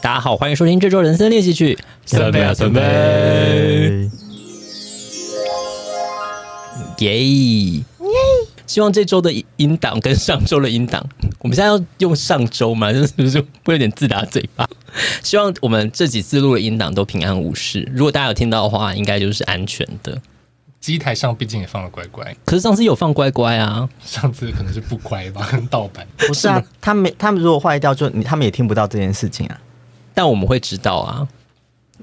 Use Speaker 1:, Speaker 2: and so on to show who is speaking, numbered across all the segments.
Speaker 1: 大家好，欢迎收听这周人生练习曲。
Speaker 2: 三杯啊三杯！
Speaker 1: 耶耶！希望这周的音档跟上周的音档，我们现在要用上周嘛， 就是不是会有点自打嘴巴？希望我们这几次录的音档都平安无事。如果大家有听到的话，应该就是安全的。
Speaker 2: 机台上毕竟也放了乖乖，
Speaker 1: 可是上次有放乖乖啊，
Speaker 2: 上次可能是不乖吧， 盗版。
Speaker 3: 不是啊，他们他们如果坏掉就你，他们也听不到这件事情啊。
Speaker 1: 但我们会知道啊。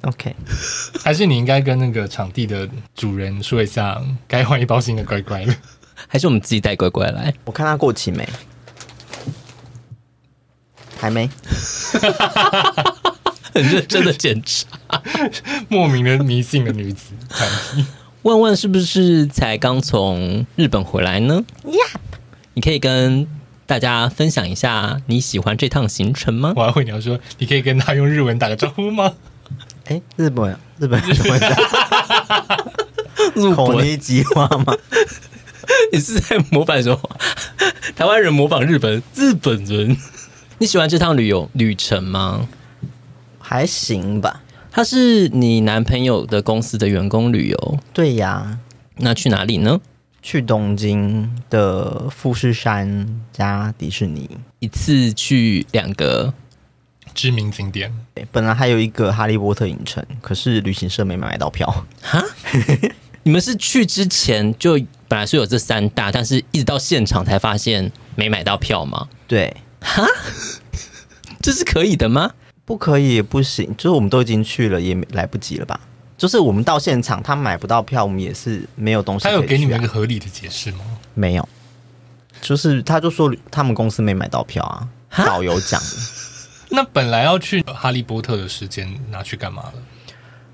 Speaker 3: OK，
Speaker 2: 还是你应该跟那个场地的主人说一下，该换一包新的乖乖 了。
Speaker 1: 还是我们自己带乖乖来？
Speaker 3: 我看它过期没？还没。
Speaker 1: 很认真的检查。
Speaker 2: 莫名的迷信的女子团体，
Speaker 1: 万万是不是才刚从日本回来呢？你可以跟大家分享一下你喜欢这趟行程吗？
Speaker 2: 我还会你要说，你可以跟他用日文打个招呼吗？
Speaker 3: 哎、日本日本人怎么讲？口
Speaker 1: 你
Speaker 3: 尼吉话吗？
Speaker 1: 你是在模仿什么？ 台湾人模仿日本日本人。 你喜欢这趟旅游旅程吗？
Speaker 3: 还行吧。
Speaker 1: 他是你男朋友的公司的员工旅游，
Speaker 3: 对呀，
Speaker 1: 那去哪里呢？
Speaker 3: 去东京的富士山加迪士尼。
Speaker 1: 一次去两个，
Speaker 2: 知名景点，
Speaker 3: 对本来还有一个哈利波特影城，可是旅行社没买到票。
Speaker 1: 你们是去之前就本来是有这三大，但是一直到现场才发现没买到票吗？
Speaker 3: 对，
Speaker 1: 这是可以的吗？
Speaker 3: 不可以也不行，就是我们都已经去了，也没来不及了吧？就是我们到现场，他买不到票，我们也是没有东西
Speaker 2: 他
Speaker 3: 可以去啊、
Speaker 2: 有给你们一个合理的解释吗？
Speaker 3: 没有，就是他就说他们公司没买到票啊，
Speaker 1: 哈
Speaker 3: 导游讲的。
Speaker 2: 那本来要去哈利波特的时间拿去干嘛了？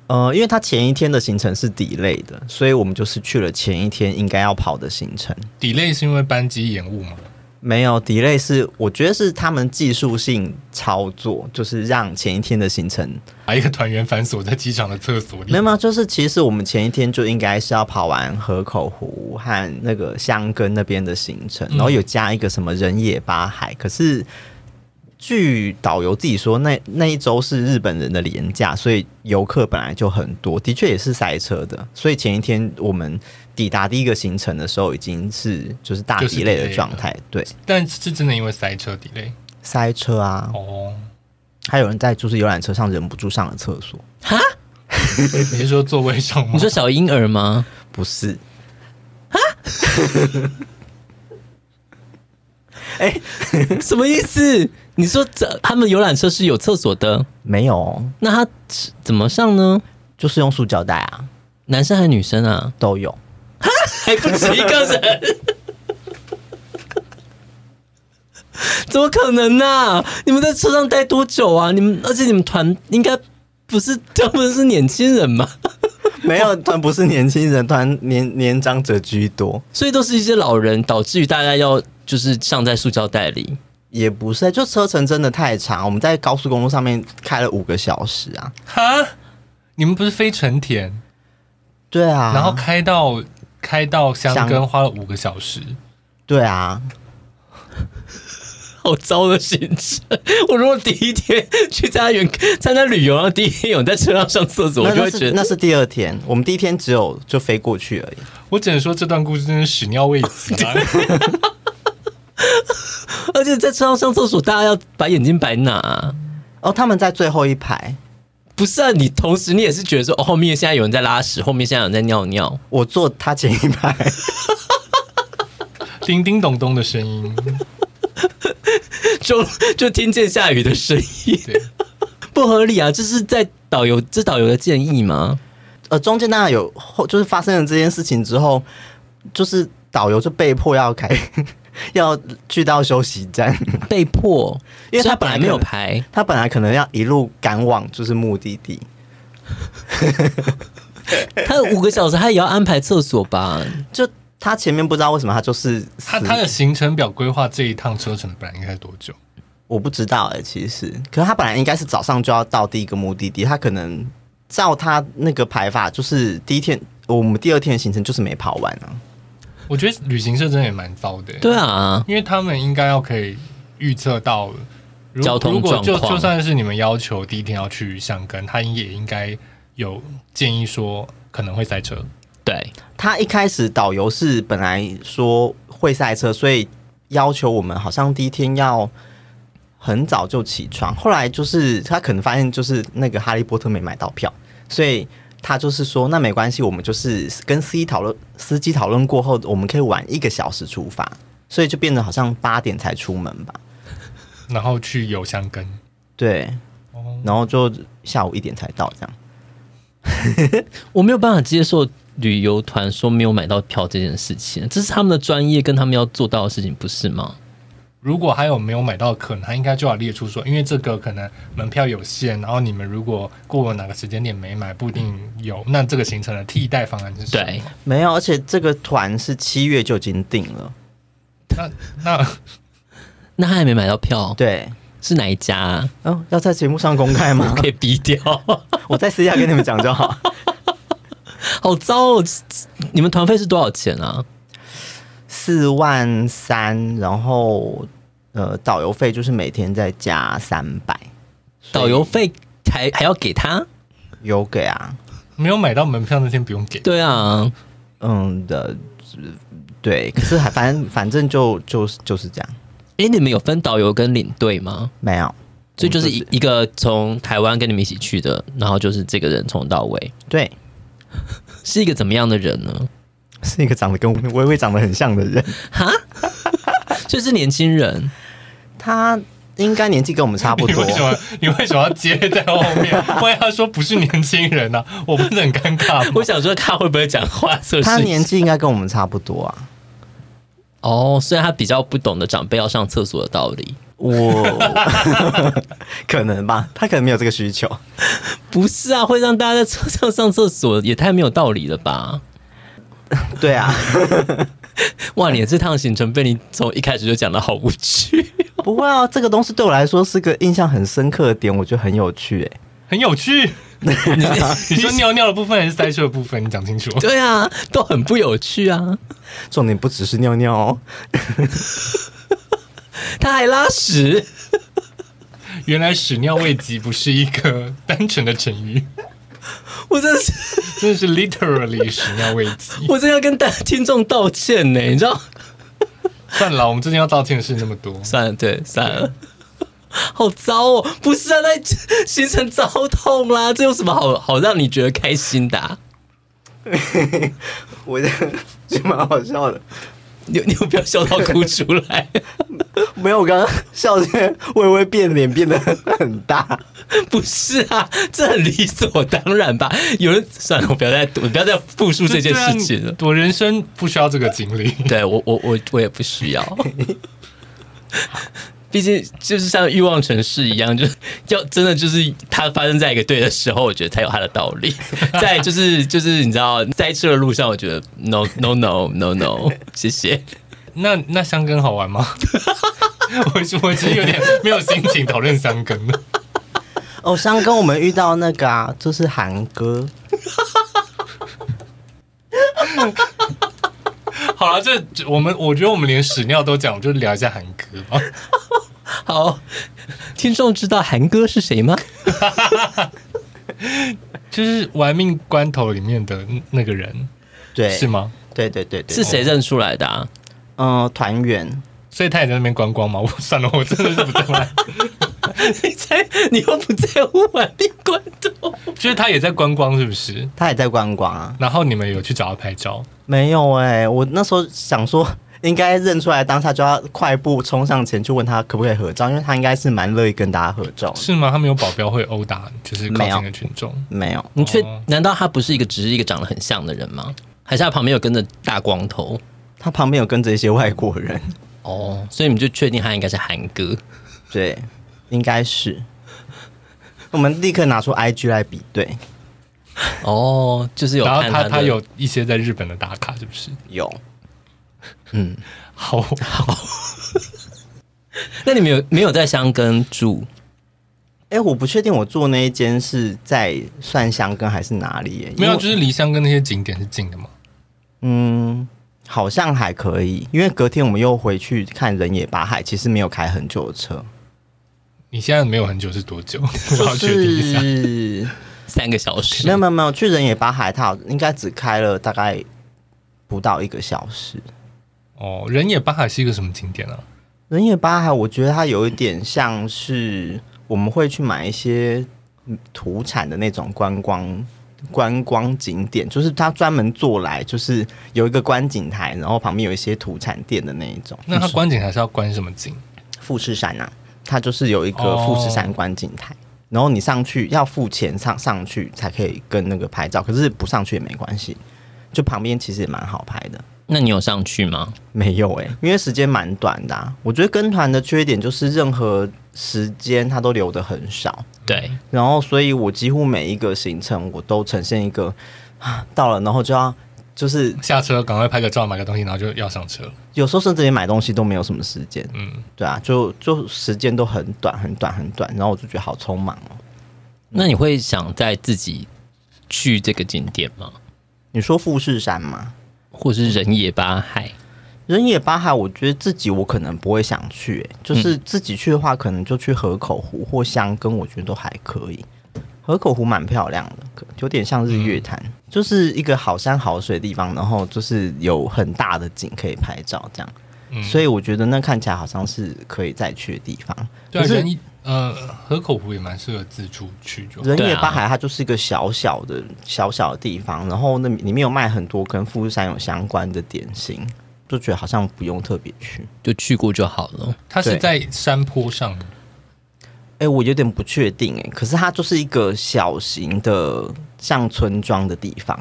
Speaker 3: 呃，因为他前一天的行程是 delay 的，所以我们就是去了前一天应该要跑的行程。
Speaker 2: delay 是因为班机延误吗？
Speaker 3: 没有 delay 是，我觉得是他们技术性操作，就是让前一天的行程
Speaker 2: 把一个团员反锁在机场的厕所里
Speaker 3: 没有，吗？就是其实我们前一天就应该是要跑完河口湖和那个香根那边的行程，然后有加一个什么人野八海，可是据导游自己说，那那一周是日本人的廉价，所以游客本来就很多，的确也是塞车的，所以前一天我们抵达第一个行程的时候，已经是就是大
Speaker 2: 就是
Speaker 3: 疲累
Speaker 2: delay
Speaker 3: 的
Speaker 2: 了
Speaker 3: 状态，对，
Speaker 2: 但是真的因为塞车 delay
Speaker 3: 塞车啊，
Speaker 2: 哦。
Speaker 3: 还有人在就是游览车上忍不住上了厕所，
Speaker 1: 哈，
Speaker 2: 你是说座位上吗
Speaker 1: 你？说小婴儿吗？
Speaker 3: 不是。哎、
Speaker 1: 什么意思？你说这他们游览车是有厕所的，
Speaker 3: 没有，
Speaker 1: 那他是怎么上呢？
Speaker 3: 就是用塑胶袋啊，
Speaker 1: 男生还是女生啊？
Speaker 3: 都有。
Speaker 1: 还不止一个人？怎么可能呢、你们在车上待多久啊？你们而且你们团应该不是他们是年轻人嘛，
Speaker 3: 没有团不是年轻人，团年年长者居多，
Speaker 1: 所以都是一些老人，导致于大家要就是上在塑胶袋里。
Speaker 3: 也不是，就车程真的太长，我们在高速公路上面开了五个小时啊。
Speaker 2: 哈，你们不是飞成田，
Speaker 3: 对啊，
Speaker 2: 然后开到开到香根
Speaker 3: 香
Speaker 2: 花了五个小时，
Speaker 3: 对啊，
Speaker 1: 好糟的行程！我如果第一天去参加远参加旅游，然后第一天有在车上上厕所，我
Speaker 3: 那
Speaker 1: 就会
Speaker 3: 那
Speaker 1: 觉
Speaker 3: 是
Speaker 1: 得
Speaker 3: 那是第二天，我们第一天只有就飞过去而已。
Speaker 2: 我只能说这段故事真是始料未及 啊！
Speaker 1: 而且在车上上厕所，大家要把眼睛摆哪、
Speaker 3: 哦，他们在最后一排，
Speaker 1: 不是啊，你同时你也是觉得说，哦，后面现在有人在拉屎，后面现在有人在尿尿，
Speaker 3: 我坐他前一排，
Speaker 2: 叮叮咚咚的 声音，
Speaker 1: 就就听见下雨的声音，
Speaker 2: 对，
Speaker 1: 不合理啊！这是在导游这导游的建议吗？
Speaker 3: 呃，中间当然有后，就是发生了这件事情之后，就是导游就被迫要开， 要去到休息站。
Speaker 1: 被迫，
Speaker 3: 因为他
Speaker 1: 所以本来没有
Speaker 3: 本来
Speaker 1: 排，
Speaker 3: 他本来可能要一路赶往就是目的地，
Speaker 1: 他五个小时他也要安排厕所吧？
Speaker 3: 就他前面不知道为什么他就是
Speaker 2: 他
Speaker 3: 死
Speaker 2: 他的行程表规划这一趟车程本来应该多久？
Speaker 3: 我不知道哎、其实，可是他本来应该是早上就要到第一个目的地，他可能照他那个排法，就是第一天我们第二天的行程就是没跑完啊。
Speaker 2: 我觉得旅行社真的也蛮糟的、欸
Speaker 1: 对啊，
Speaker 2: 因为他们应该要可以预测到如
Speaker 1: 交通
Speaker 2: 如果就
Speaker 1: 状况
Speaker 2: 就算是你们要求第一天要去香根，他也应该有建议说可能会塞车。
Speaker 1: 对，
Speaker 3: 他一开始导游是本来说会赛车，所以要求我们好像第一天要很早就起床。后来就是他可能发现就是那个哈利波特没买到票，所以他就是说那没关系，我们就是跟司机讨论，司机讨论过后，我们可以晚一个小时出发，所以就变得好像八点才出门吧？
Speaker 2: 然后去有香根，
Speaker 3: 对，
Speaker 2: 哦，
Speaker 3: 然后就下午一点才到这样。
Speaker 1: 我没有办法接受旅游团说没有买到票这件事情，这是他们的专业跟他们要做到的事情，不是吗？
Speaker 2: 如果还有没有买到的可能，他应该就要列出说，因为这个可能门票有限，然后你们如果过了哪个时间点没买，不一定
Speaker 3: 嗯
Speaker 2: 有，那这个行程的替代方案是什么？
Speaker 1: 对，
Speaker 3: 没有，而且这个团是七月就已经定了，
Speaker 2: 那那
Speaker 1: 那他还没买到票，
Speaker 3: 对。
Speaker 1: 是哪一家、啊？
Speaker 3: 哦，要在节目上公开吗
Speaker 1: 我？可以逼掉，
Speaker 3: 我在私下跟你们讲 就好。
Speaker 1: 好糟哦！你们团费是多少钱啊？
Speaker 3: 四万三，然后呃，导游费就是每天再加三百，
Speaker 1: 导游费还还要给他？
Speaker 3: 有给啊，
Speaker 2: 没有买到门票那天不用给，
Speaker 1: 对啊，
Speaker 3: 嗯的，呃对，可是还反正 反正就就是就是这样，
Speaker 1: 诶，你们有分导游跟领队吗？
Speaker 3: 没有，
Speaker 1: 所以就是
Speaker 3: 我们
Speaker 1: 一一个从台湾跟你们一起去的，然后就是这个人从头到尾
Speaker 3: 对，
Speaker 1: 是一个怎么样的人呢？
Speaker 3: 是一个长得跟微微长得很像的人，
Speaker 1: 哈， 就是年轻人，
Speaker 3: 他应该年纪跟我们 差不
Speaker 2: 你
Speaker 3: 多
Speaker 2: 为，什么你为什么要接在后面？万一他说不是年轻人呢、 啊？我不是很尴尬吗？
Speaker 1: 我想说他会不会讲话，就是
Speaker 3: 他年纪应该跟我们差不多啊。
Speaker 1: 哦，虽然他比较不懂得长辈要上厕所的道理，
Speaker 3: 我 可能吧，他可能没有这 个需求。
Speaker 1: 不是啊，会让大家在车上上厕所也太没有道理了吧？
Speaker 3: 对啊，
Speaker 1: 哇，你这趟行程被你从一开始就讲的好无趣，
Speaker 3: 不会啊，这个东西对我来说是个印象很深刻的点，我觉得很有趣、欸。
Speaker 2: 很有趣。你说尿尿的部分还是塞车的部分？你讲清楚。
Speaker 1: 对啊，都很不有趣啊，
Speaker 3: 重点不只是尿尿哦，
Speaker 1: 他还拉屎，
Speaker 2: 原来始料未及不是一个单纯的成语，
Speaker 1: 我真的是。
Speaker 2: 真的是 literally 始料未及。
Speaker 1: 我真的要跟大家听众道歉呢，你知道？
Speaker 2: 算了，我们最近要道歉的事那么多，
Speaker 1: 算了，对，算了，好糟哦！不是啊，那行程糟透啦，这有什么好好让你觉得开心的、啊？
Speaker 3: 我就蛮好笑的。
Speaker 1: 你你有不要笑到哭出来，
Speaker 3: 没有，我刚刚笑得微微变脸变得很大。
Speaker 1: 不是啊，这很理所当然吧？有人算了，我不要再我不要再复述这件事情了。
Speaker 2: 对啊我人生不需要这个经历。
Speaker 1: 对我我我我也不需要。 毕竟就是像欲望城市一样，就是要真的就是它发生在一个对的时候，我觉得才有它的道理。在就是就是你知道塞车的路上，我觉得 no no no no no，谢谢。
Speaker 2: 那那香根好玩吗？ 我我其实有点没有心情讨论香根了。
Speaker 3: 哦，像跟我们遇到那个啊，就是韩哥，
Speaker 2: 好了，这这我们我觉得我们连屎尿都讲，我们就聊一下韩哥 吧。
Speaker 1: 好，听众知道韩哥是谁吗？
Speaker 2: 就是《玩命关头》里面的那个人
Speaker 3: 对，
Speaker 2: 是？吗？
Speaker 3: 对对对对，
Speaker 1: 是谁认出来的啊？
Speaker 3: 嗯、团员。
Speaker 2: 所以他也在那边观光 嘛。我算了，我真的是不在玩，
Speaker 1: 你在你又不在乎啊玩命关头？
Speaker 2: 就是他也在观光，是不是？
Speaker 3: 他也在观光啊？
Speaker 2: 然后你们有去找他拍照，
Speaker 3: 没有哎、我那时候想说，应该认出来，当下就要快步冲上前去问他可不可以合照，因为他应该是蛮乐意跟大家合照的。
Speaker 2: 是吗？他们有保镖会殴打，就是靠
Speaker 3: 没有
Speaker 2: 近的群众。
Speaker 3: 没有，
Speaker 1: 你确
Speaker 2: 哦
Speaker 1: 难道他不是一个只是一个长得很像的人吗？还是他旁边有跟着大光头？
Speaker 3: 他旁边有跟着一些外国人，
Speaker 1: 哦，所以你们就确定他应该是韩哥？
Speaker 3: 对，应该 是。我们立刻拿出 IG 来比对，
Speaker 1: 哦，就是有
Speaker 2: 然后
Speaker 1: 看
Speaker 2: 他
Speaker 1: 的
Speaker 2: 他有一些在日本的打卡，是不是？
Speaker 3: 有
Speaker 2: 好，
Speaker 1: 那你们有没有在香根住？
Speaker 3: 哎、我不确定我做那一间是在蒜香根还是哪里耶、因为
Speaker 2: 没有，啊就是离香跟那些景点是近的嘛。
Speaker 3: 嗯，好像还可以，因为隔天我们又回去看人野八海，其实没有开很久的车，
Speaker 2: 你现在没有很久是多久？ 我要
Speaker 3: 就
Speaker 2: 确定一下。
Speaker 3: 是
Speaker 1: 三个小时，
Speaker 3: 没有没有没有去人野巴海，它应该只开了大概不到一个小时。
Speaker 2: 哦，人野巴海是一个什么景点啊？
Speaker 3: 人野巴海，我觉得它有一点像是我们会去买一些嗯土产的那种观光观光景点，就是它专门做来，就是有一个观景台，然后旁边有一些土产店的那一种。
Speaker 2: 那它观景还是要观什么景？
Speaker 3: 富士山啊，它就是有一个富士山观景台，然后你上去要付钱上上去才可以跟那个拍照，可是不上去也没关系，就旁边其实也蛮好拍的。
Speaker 1: 那你有上去吗？
Speaker 3: 没有诶、因为时间蛮短的、啊。我觉得跟团的缺点就是任何时间它都留的很少，
Speaker 1: 对，
Speaker 3: 然后所以我几乎每一个行程我都呈现一个啊到了，然后就要就是
Speaker 2: 下车赶快拍个照，买个东西，然后就要上车了。
Speaker 3: 有时候甚至连买东西都没有什么时间，
Speaker 2: 嗯，
Speaker 3: 对啊，就就时间都很短很短很短，然后我就觉得好匆忙哦。
Speaker 1: 那你会想带自己去这个景点吗？
Speaker 3: 你说富士山吗？
Speaker 1: 或是人野巴海？
Speaker 3: 人野八海，我觉得自己我可能不会想去、欸，就是
Speaker 1: 嗯
Speaker 3: 自己去的话，可能就去河口湖或香根，我觉得都还可以。河口湖蛮漂亮的，可有点像日月潭，
Speaker 1: 嗯
Speaker 3: 就是一个好山好水的地方，然后就是有很大的景可以拍照，这样。
Speaker 2: 嗯
Speaker 3: 所以我觉得那看起来好像是可以再去的地方。
Speaker 2: 对啊，
Speaker 3: 可是
Speaker 2: 人一呃河口湖也蛮适合自助去，就
Speaker 3: 人
Speaker 1: 对
Speaker 3: 野
Speaker 1: 啊
Speaker 3: 八海它就是一个小小的、小小的地方，然后那里面有卖很多跟富士山有相关的点心，就觉得好像不用特别去。
Speaker 1: 就去过就好了。
Speaker 2: 它是
Speaker 3: 对
Speaker 2: 在山坡上的。
Speaker 3: 哎、我有点不确定哎、可是它就是一个小型的像村庄的地方，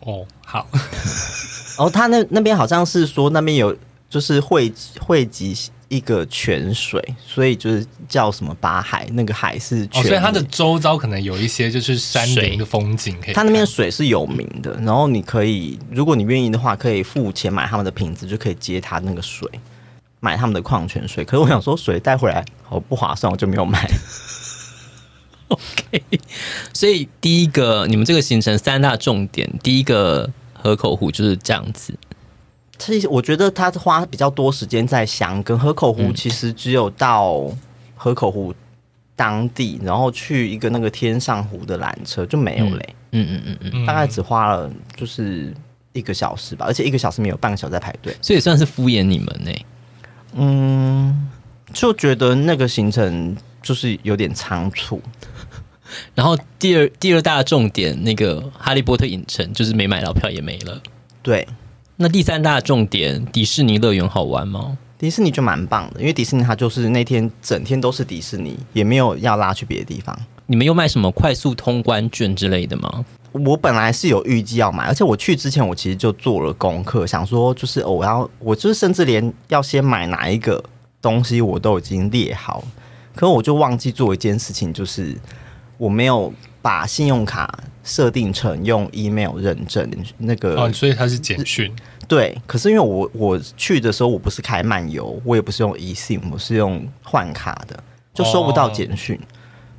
Speaker 2: 哦， 好，
Speaker 3: 然后它那那边好像是说那边有就是汇集汇集一个泉水，所以就是叫什么八海，那个海是泉、
Speaker 2: 哦，所以它的周遭可能有一些就是山林的风景可以看。
Speaker 3: 它那边水是有名的，然后你可以如果你愿意的话，可以付钱买他们的瓶子，就可以接它那个水，买他们的矿泉水。可是我想说水带回来好不划算，我就没有买。
Speaker 1: 所以第一个，你们这个行程三大重点，第一个河口湖就是这样子，
Speaker 3: 其实我觉得他花比较多时间在香根河口
Speaker 1: 嗯
Speaker 3: 湖，其实只有到河口湖当地，然后去一个那个天上湖的缆车就没有嘞、
Speaker 1: 嗯嗯嗯嗯，
Speaker 2: 嗯
Speaker 3: 大概只花了就是一个小时吧，而且一个小时没有半个小时在排队，
Speaker 1: 所以算是敷衍你们呢、
Speaker 3: 就觉得那个行程就是有点仓促。
Speaker 1: 然后第二第二大重点，那个哈利波特影城就是没买到票也没了。
Speaker 3: 对，
Speaker 1: 那第三大重点，迪士尼乐园好玩吗？
Speaker 3: 迪士尼就蛮棒的，因为迪士尼它就是那天整天都是迪士尼，也没有要拉去别的地方。
Speaker 1: 你们有买什么快速通关券之类的吗？
Speaker 3: 我本来是有预计要买，而且我去之前我其实就做了功课，想说就是、哦我要，我就是甚至连要先买哪一个东西我都已经列好，可我就忘记做一件事情，就是我没有把信用卡设定成用 email 认证那个、
Speaker 2: 哦，所以它是简讯。
Speaker 3: 对，可是因为我我去的时候我不是开漫游，我也不是用 eSIM，我是用换卡的，就收不到简讯，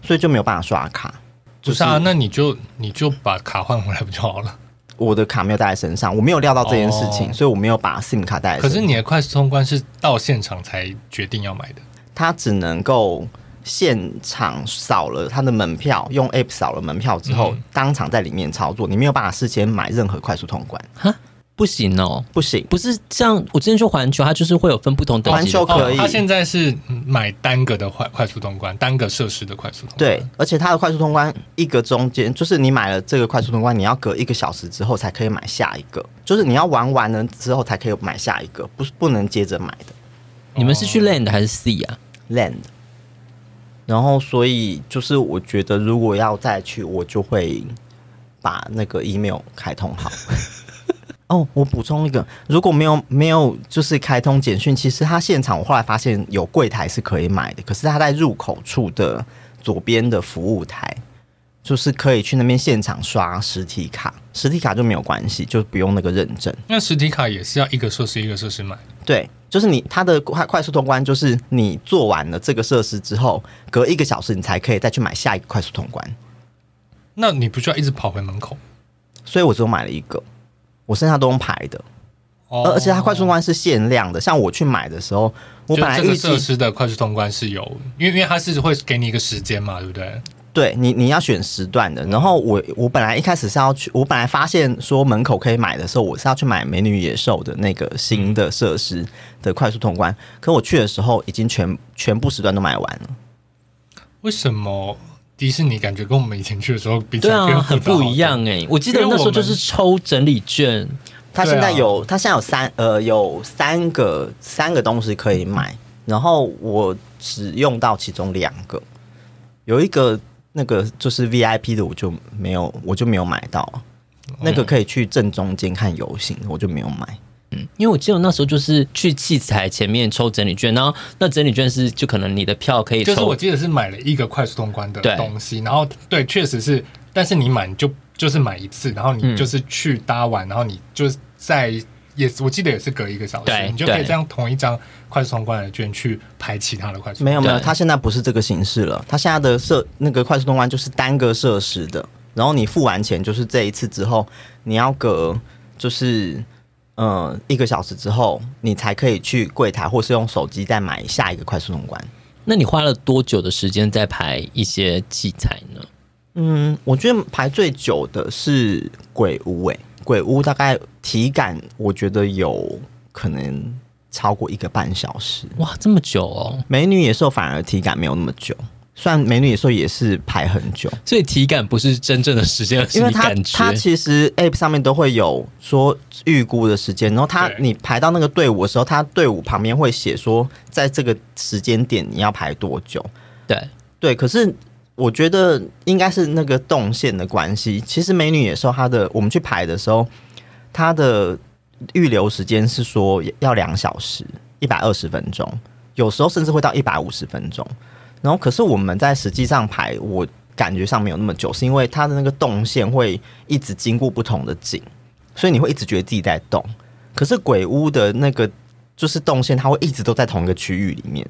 Speaker 3: 所以就没有办法刷卡。
Speaker 2: 哦不
Speaker 3: 就是
Speaker 2: 啊，那你就你就把卡换回来不就好了？
Speaker 3: 我的卡没有带在身上，我没有料到这件事情，
Speaker 2: 哦
Speaker 3: 所以我没有把 SIM 卡带在
Speaker 2: 可
Speaker 3: 身
Speaker 2: 是
Speaker 3: 上。
Speaker 2: 你的快速通关是到现场才决定要买的，
Speaker 3: 他只能够现场扫了他的门票，用 App 扫了门票之后，
Speaker 2: 嗯
Speaker 3: 当场在里面操作，你没有办法事先买任何快速通关，
Speaker 1: 不行哦，
Speaker 3: 不行。
Speaker 1: 不是像我之前去环球，它就是会有分不同等级的
Speaker 3: 环球可以
Speaker 2: 哦。他现在是买单个的快快速通关，单个设施的快速通关。
Speaker 3: 对，而且它的快速通关一个中间，就是你买了这个快速通关，你要隔一个小时之后才可以买下一个，就是你要玩完了之后才可以买下一个，不是不能接着买的。
Speaker 1: 你们是去 Land 还是 Sea 啊？
Speaker 3: land。然后，所以就是我觉得，如果要再去，我就会把那个 email 开通好。哦，我补充一个，如果没有没有就是开通简讯，其实他现场我后来发现有柜台是可以买的，可是他在入口处的左边的服务台，就是可以去那边现场刷实体卡，实体卡就没有关系，就不用那个认证。
Speaker 2: 那实体卡也是要一个设施一个设施买，
Speaker 3: 对，就是你它的快快速通关，就是你做完了这个设施之后，隔一个小时你才可以再去买下一个快速通关。
Speaker 2: 那你不需要一直跑回门口
Speaker 3: 所以我只有买了一个，我剩下都用排的。
Speaker 2: 哦
Speaker 3: 呃而而且它快速通关是限量的，像我去买的时候，我
Speaker 2: 哦就
Speaker 3: 本来
Speaker 2: 这个
Speaker 3: 预
Speaker 2: 设
Speaker 3: 计
Speaker 2: 施的快速通关是有，因为因为它是会给你一个时间嘛，对不对？
Speaker 3: 对你你要选时段的，然后我我本来一开始是要去，我本来发现说门口可以买的时候，我是要去买美女野兽的那个新的设施的快速通关，可我去的时候已经全全部时段都买完了。
Speaker 2: 为什么迪士尼感觉跟我们以前去的时候比起
Speaker 1: 对
Speaker 2: 来
Speaker 1: 啊，很不一样
Speaker 2: 哎、
Speaker 1: 哎、我记得
Speaker 2: 因为
Speaker 1: 那时候
Speaker 2: 我们
Speaker 1: 就是抽整理券，
Speaker 3: 它
Speaker 2: 对啊
Speaker 3: 现在有，它现在有三呃有三个三个东西可以买，然后我只用到其中两个，有一个那个就是 VIP 的，我就没有我就没有买到，那
Speaker 2: 嗯
Speaker 3: 个可以去正中间看游行，我就没有买。
Speaker 1: 因为我记得那时候就是去器材前面抽整理券，然后那整理券是就可能你的票可以
Speaker 2: 就是
Speaker 1: 抽
Speaker 2: 我，记得是买了一个快速通关的
Speaker 1: 对
Speaker 2: 东西，然后对，确实是，但是你买你就就是买一次，然后你
Speaker 1: 嗯
Speaker 2: 就是去搭完，然后你就是在也我记得也是隔一个小时
Speaker 1: 对，
Speaker 2: 你就可以
Speaker 1: 对
Speaker 2: 这样同一张快速通关的券去排其他的快速。
Speaker 3: 没有没有，
Speaker 1: 对
Speaker 3: 它现在不是这个形式了，它现在的设那个快速通关就是单个设施的，然后你付完钱就是这一次之后，你要隔就是呃一个小时之后，你才可以去柜台或是用手机再买下一个快速通关。
Speaker 1: 那你花了多久的时间在排一些器材呢？
Speaker 3: 嗯，我觉得排最久的是鬼屋、欸，鬼屋大概体感我觉得有可能超过一个半小时。
Speaker 1: 哇，这么久哦！
Speaker 3: 美女野兽反而体感没有那么久，虽然美女野兽也是排很久。
Speaker 1: 所以体感不是真正的时间，而是
Speaker 3: 因为
Speaker 1: 你
Speaker 3: 它
Speaker 1: 感觉。
Speaker 3: 它其实 App 上面都会有说预估的时间，然后它
Speaker 2: 对
Speaker 3: 你排到那个队伍的时候，它队伍旁边会写说在这个时间点你要排多久。
Speaker 1: 对，
Speaker 3: 对，可是我觉得应该是那个动线的关系。其实美女野兽它的我们去排的时候，它的预留时间是说要两小时，一百二十分钟，有时候甚至会到一百五十分钟。然后可是我们在实际上排，我感觉上没有那么久，是因为它的那个动线会一直经过不同的景，所以你会一直觉得自己在动。可是鬼屋的那个就是动线，它会一直都在同一个区域里面。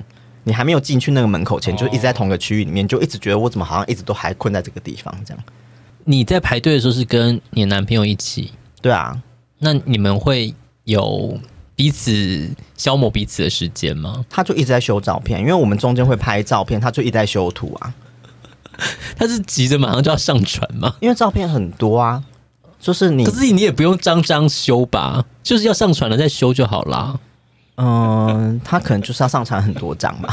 Speaker 3: 你还没有进去那个门口前，就一直在
Speaker 1: 哦
Speaker 3: 同一个区域里面，就一直觉得我怎么好像一直都还困在这个地方这样。
Speaker 1: 你在排队的时候是跟你的男朋友一起，
Speaker 3: 对啊，
Speaker 1: 那你们会有彼此消磨彼此的时间吗？
Speaker 3: 他就一直在修照片，因为我们中间会拍照片，他就一直在修图啊，
Speaker 1: 他是急着马上就要上传吗？
Speaker 3: 因为照片很多啊，就是你
Speaker 1: 可是你也不用张张修吧，就是要上传了再修就好啦。
Speaker 3: 嗯、他可能就是要上传很多张嘛。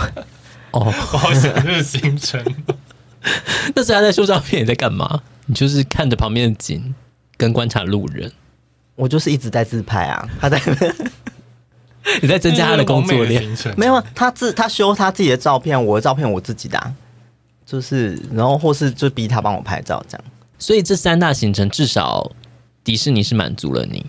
Speaker 1: 哦，
Speaker 2: 我好想这个行程，
Speaker 1: 那时候他在修照片，你在干嘛？你就是看着旁边的景，跟观察路人，
Speaker 3: 我就是一直在自拍啊，他在
Speaker 1: 你在 增加他的工作
Speaker 2: 这是完美的
Speaker 1: 量。
Speaker 2: 行程
Speaker 3: 没有啊他自他修他自己的照片，我的照片我自己的、啊，就是然后或是就逼他帮我拍照这样。
Speaker 1: 所以这三大行程至少迪士尼是满足了你。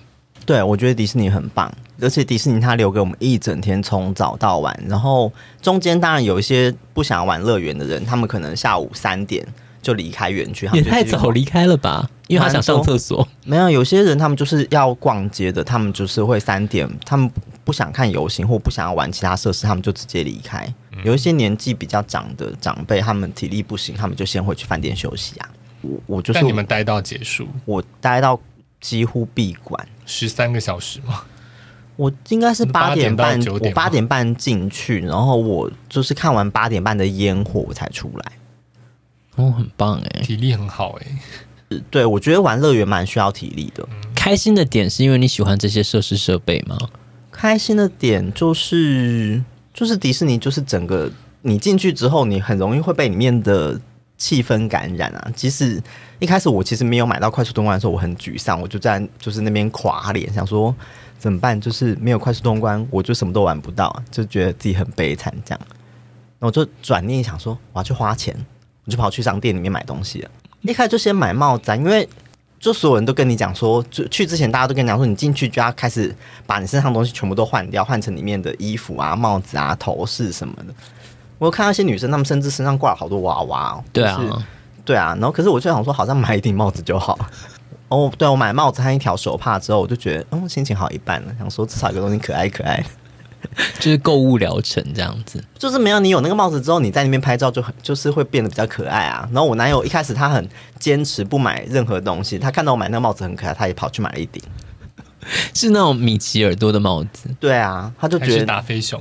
Speaker 3: 对，我觉得迪士尼很棒，而且迪士尼它留给我们一整天，从早到晚。然后中间当然有一些不想玩乐园的人，他们可能下午三点就离开园区，他
Speaker 1: 也
Speaker 3: 们就
Speaker 1: 太
Speaker 3: 继续
Speaker 1: 早
Speaker 3: 逛。
Speaker 1: 离开了吧？因为他想上厕所。
Speaker 3: 没有，有些人他们就是要逛街的，他们就是会三点，他们不想看游行或不想要玩其他设施，他们就直接离开。
Speaker 2: 嗯
Speaker 3: 有一些年纪比较长的长辈，他们体力不行，他们就先回去饭店休息啊。我我就是
Speaker 2: 但你们待到结束
Speaker 3: 我待到几乎闭馆。
Speaker 2: 十三个小时嘛，
Speaker 3: 我应该是八点半，
Speaker 2: 8点到9点
Speaker 3: 我八点半进去，然后我就是看完八点半的烟火我才出来。
Speaker 1: 哦，很棒 哎！
Speaker 2: 体力很好哎、
Speaker 3: 对，我觉得玩乐园蛮需要体力的。
Speaker 1: 开心的点是因为你喜欢这些设施设备吗？
Speaker 3: 开心的点就是，就是迪士尼就是整个你进去之后，你很容易会被里面的气氛感染啊。即使一开始我其实没有买到快速通关的时候，我很沮丧，我就在就是那边垮脸，想说怎么办？就是没有快速通关，我就什么都玩不到，就觉得自己很悲惨这样。那我就转念想说，我要去花钱，我就跑去商店里面买东西了。一开始就先买帽子、啊，因为就所有人都跟你讲说，就去之前大家都跟你讲说，你进去就要开始把你身上的东西全部都换掉，换成里面的衣服啊、帽子啊、头饰什么的。我有看到一些女生，她们甚至身上挂了好多娃娃、哦。
Speaker 1: 对
Speaker 3: 就是
Speaker 1: 啊，
Speaker 3: 对啊，然后可是我就想说，好像买一顶帽子就好。哦，对，我买帽子和一条手帕之后，我就觉得，嗯，心情好一半了。想说至少有个东西可爱可爱，
Speaker 1: 就是购物疗程这样子。
Speaker 3: 就是没有你有那个帽子之后，你在那边拍照就很就是会变得比较可爱啊。然后我男友一开始他很坚持不买任何东西，他看到我买那个帽子很可爱，他也跑去买了一顶。
Speaker 1: 是那种米奇耳朵的帽子，
Speaker 3: 对啊，他就
Speaker 2: 还
Speaker 3: 觉
Speaker 2: 是
Speaker 3: 得
Speaker 2: 打飞熊？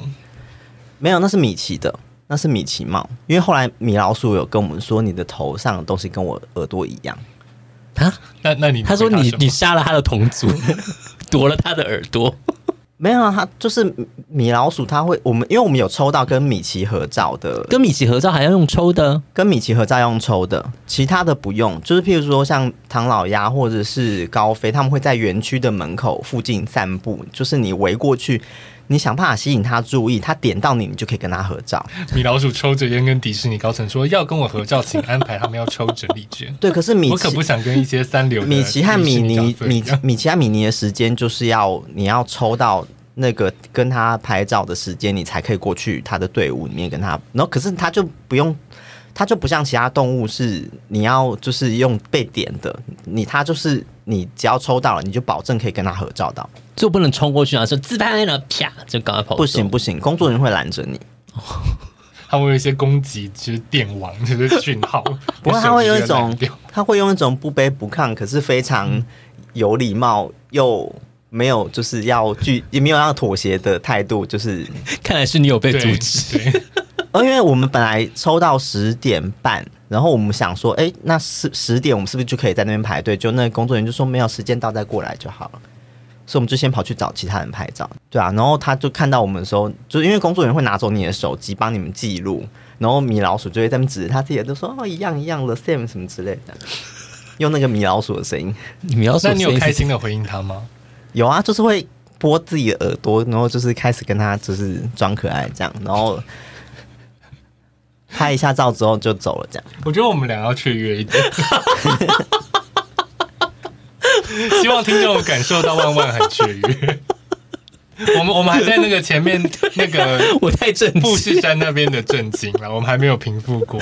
Speaker 3: 没有，那是米奇的，那是米奇帽。因为后来米老鼠有跟我们说，你的头上的东西跟我耳朵一样。
Speaker 2: 那那你
Speaker 1: 啊他说
Speaker 2: 回答
Speaker 1: 你
Speaker 2: 什么
Speaker 1: 你杀了他的同族， 夺了他的耳朵，
Speaker 3: 没有啊，他就是米米老鼠，他会我们因为我们有抽到跟米奇合照的，跟
Speaker 1: 跟米奇合照还要用抽的，
Speaker 3: 跟米奇合照用抽的，其他的不用。就是譬如说像唐老鸭或者是高飞，他们会在园区的门口附近散步，就是你围过去，你想办法吸引他注意，他点到你，你就可以跟他合照。。
Speaker 2: 米老鼠抽着烟跟迪士尼高层说要跟我合照，请安排他们要抽整理券
Speaker 3: 对，可是米
Speaker 2: 我可
Speaker 3: 奇
Speaker 2: 不想跟一些三流的
Speaker 3: 米奇和米
Speaker 2: 迪士
Speaker 3: 妮
Speaker 2: 尼，高层一
Speaker 3: 米
Speaker 2: 样
Speaker 3: 米奇和米妮的时间就是要你要抽到那个跟他拍照的时间，你才可以过去他的队伍里面跟他。然后可是他就不用，他就不像其他动物是你要就是用被点的，你他就是你只要抽到了，你就保证可以跟他合照到。
Speaker 1: 就不能冲过去啊，说自拍了，啪就赶快跑走。
Speaker 3: 不行不行，工作人员会拦着你。
Speaker 2: 他们有一些攻击，就是电网，就是讯号。
Speaker 3: 不过他会有一
Speaker 2: 手
Speaker 3: 种
Speaker 2: 机就烂掉，
Speaker 3: 他会用一种不卑不亢，可是非常有礼貌又。没有，就是要拒，也没有要妥协的态度，就是
Speaker 1: 看来是你有被阻
Speaker 2: 对
Speaker 1: 止。
Speaker 2: 对，
Speaker 3: 呃，因为我们本来抽到十点半，然后我们想说，哎、那十十点我们是不是就可以在那边排队？就那个工作人员就说没有时间到再过来就好了，所以我们就先跑去找其他人拍照，对啊。然后他就看到我们的时候，就是因为工作人员会拿走你的手机帮你们记录，然后米老鼠就会在那边指着他自己的，就说哦一样一样的 Sam 什么之类的，用那个米老鼠的声音。
Speaker 1: 你们要说
Speaker 2: 那你有
Speaker 1: 谁
Speaker 2: 开心的回应他吗？
Speaker 3: 有啊，就是会拨自己的耳朵，然后就是开始跟他就是装可爱这样，然后拍一下照之后就走了这样。
Speaker 2: 我觉得我们俩要雀跃 一点。希望听众感受到万万很雀跃。我们我们还在那个前面那个
Speaker 1: 我太震
Speaker 2: 富
Speaker 1: 惊，
Speaker 2: 士山那边的震惊了，我们还没有平复过。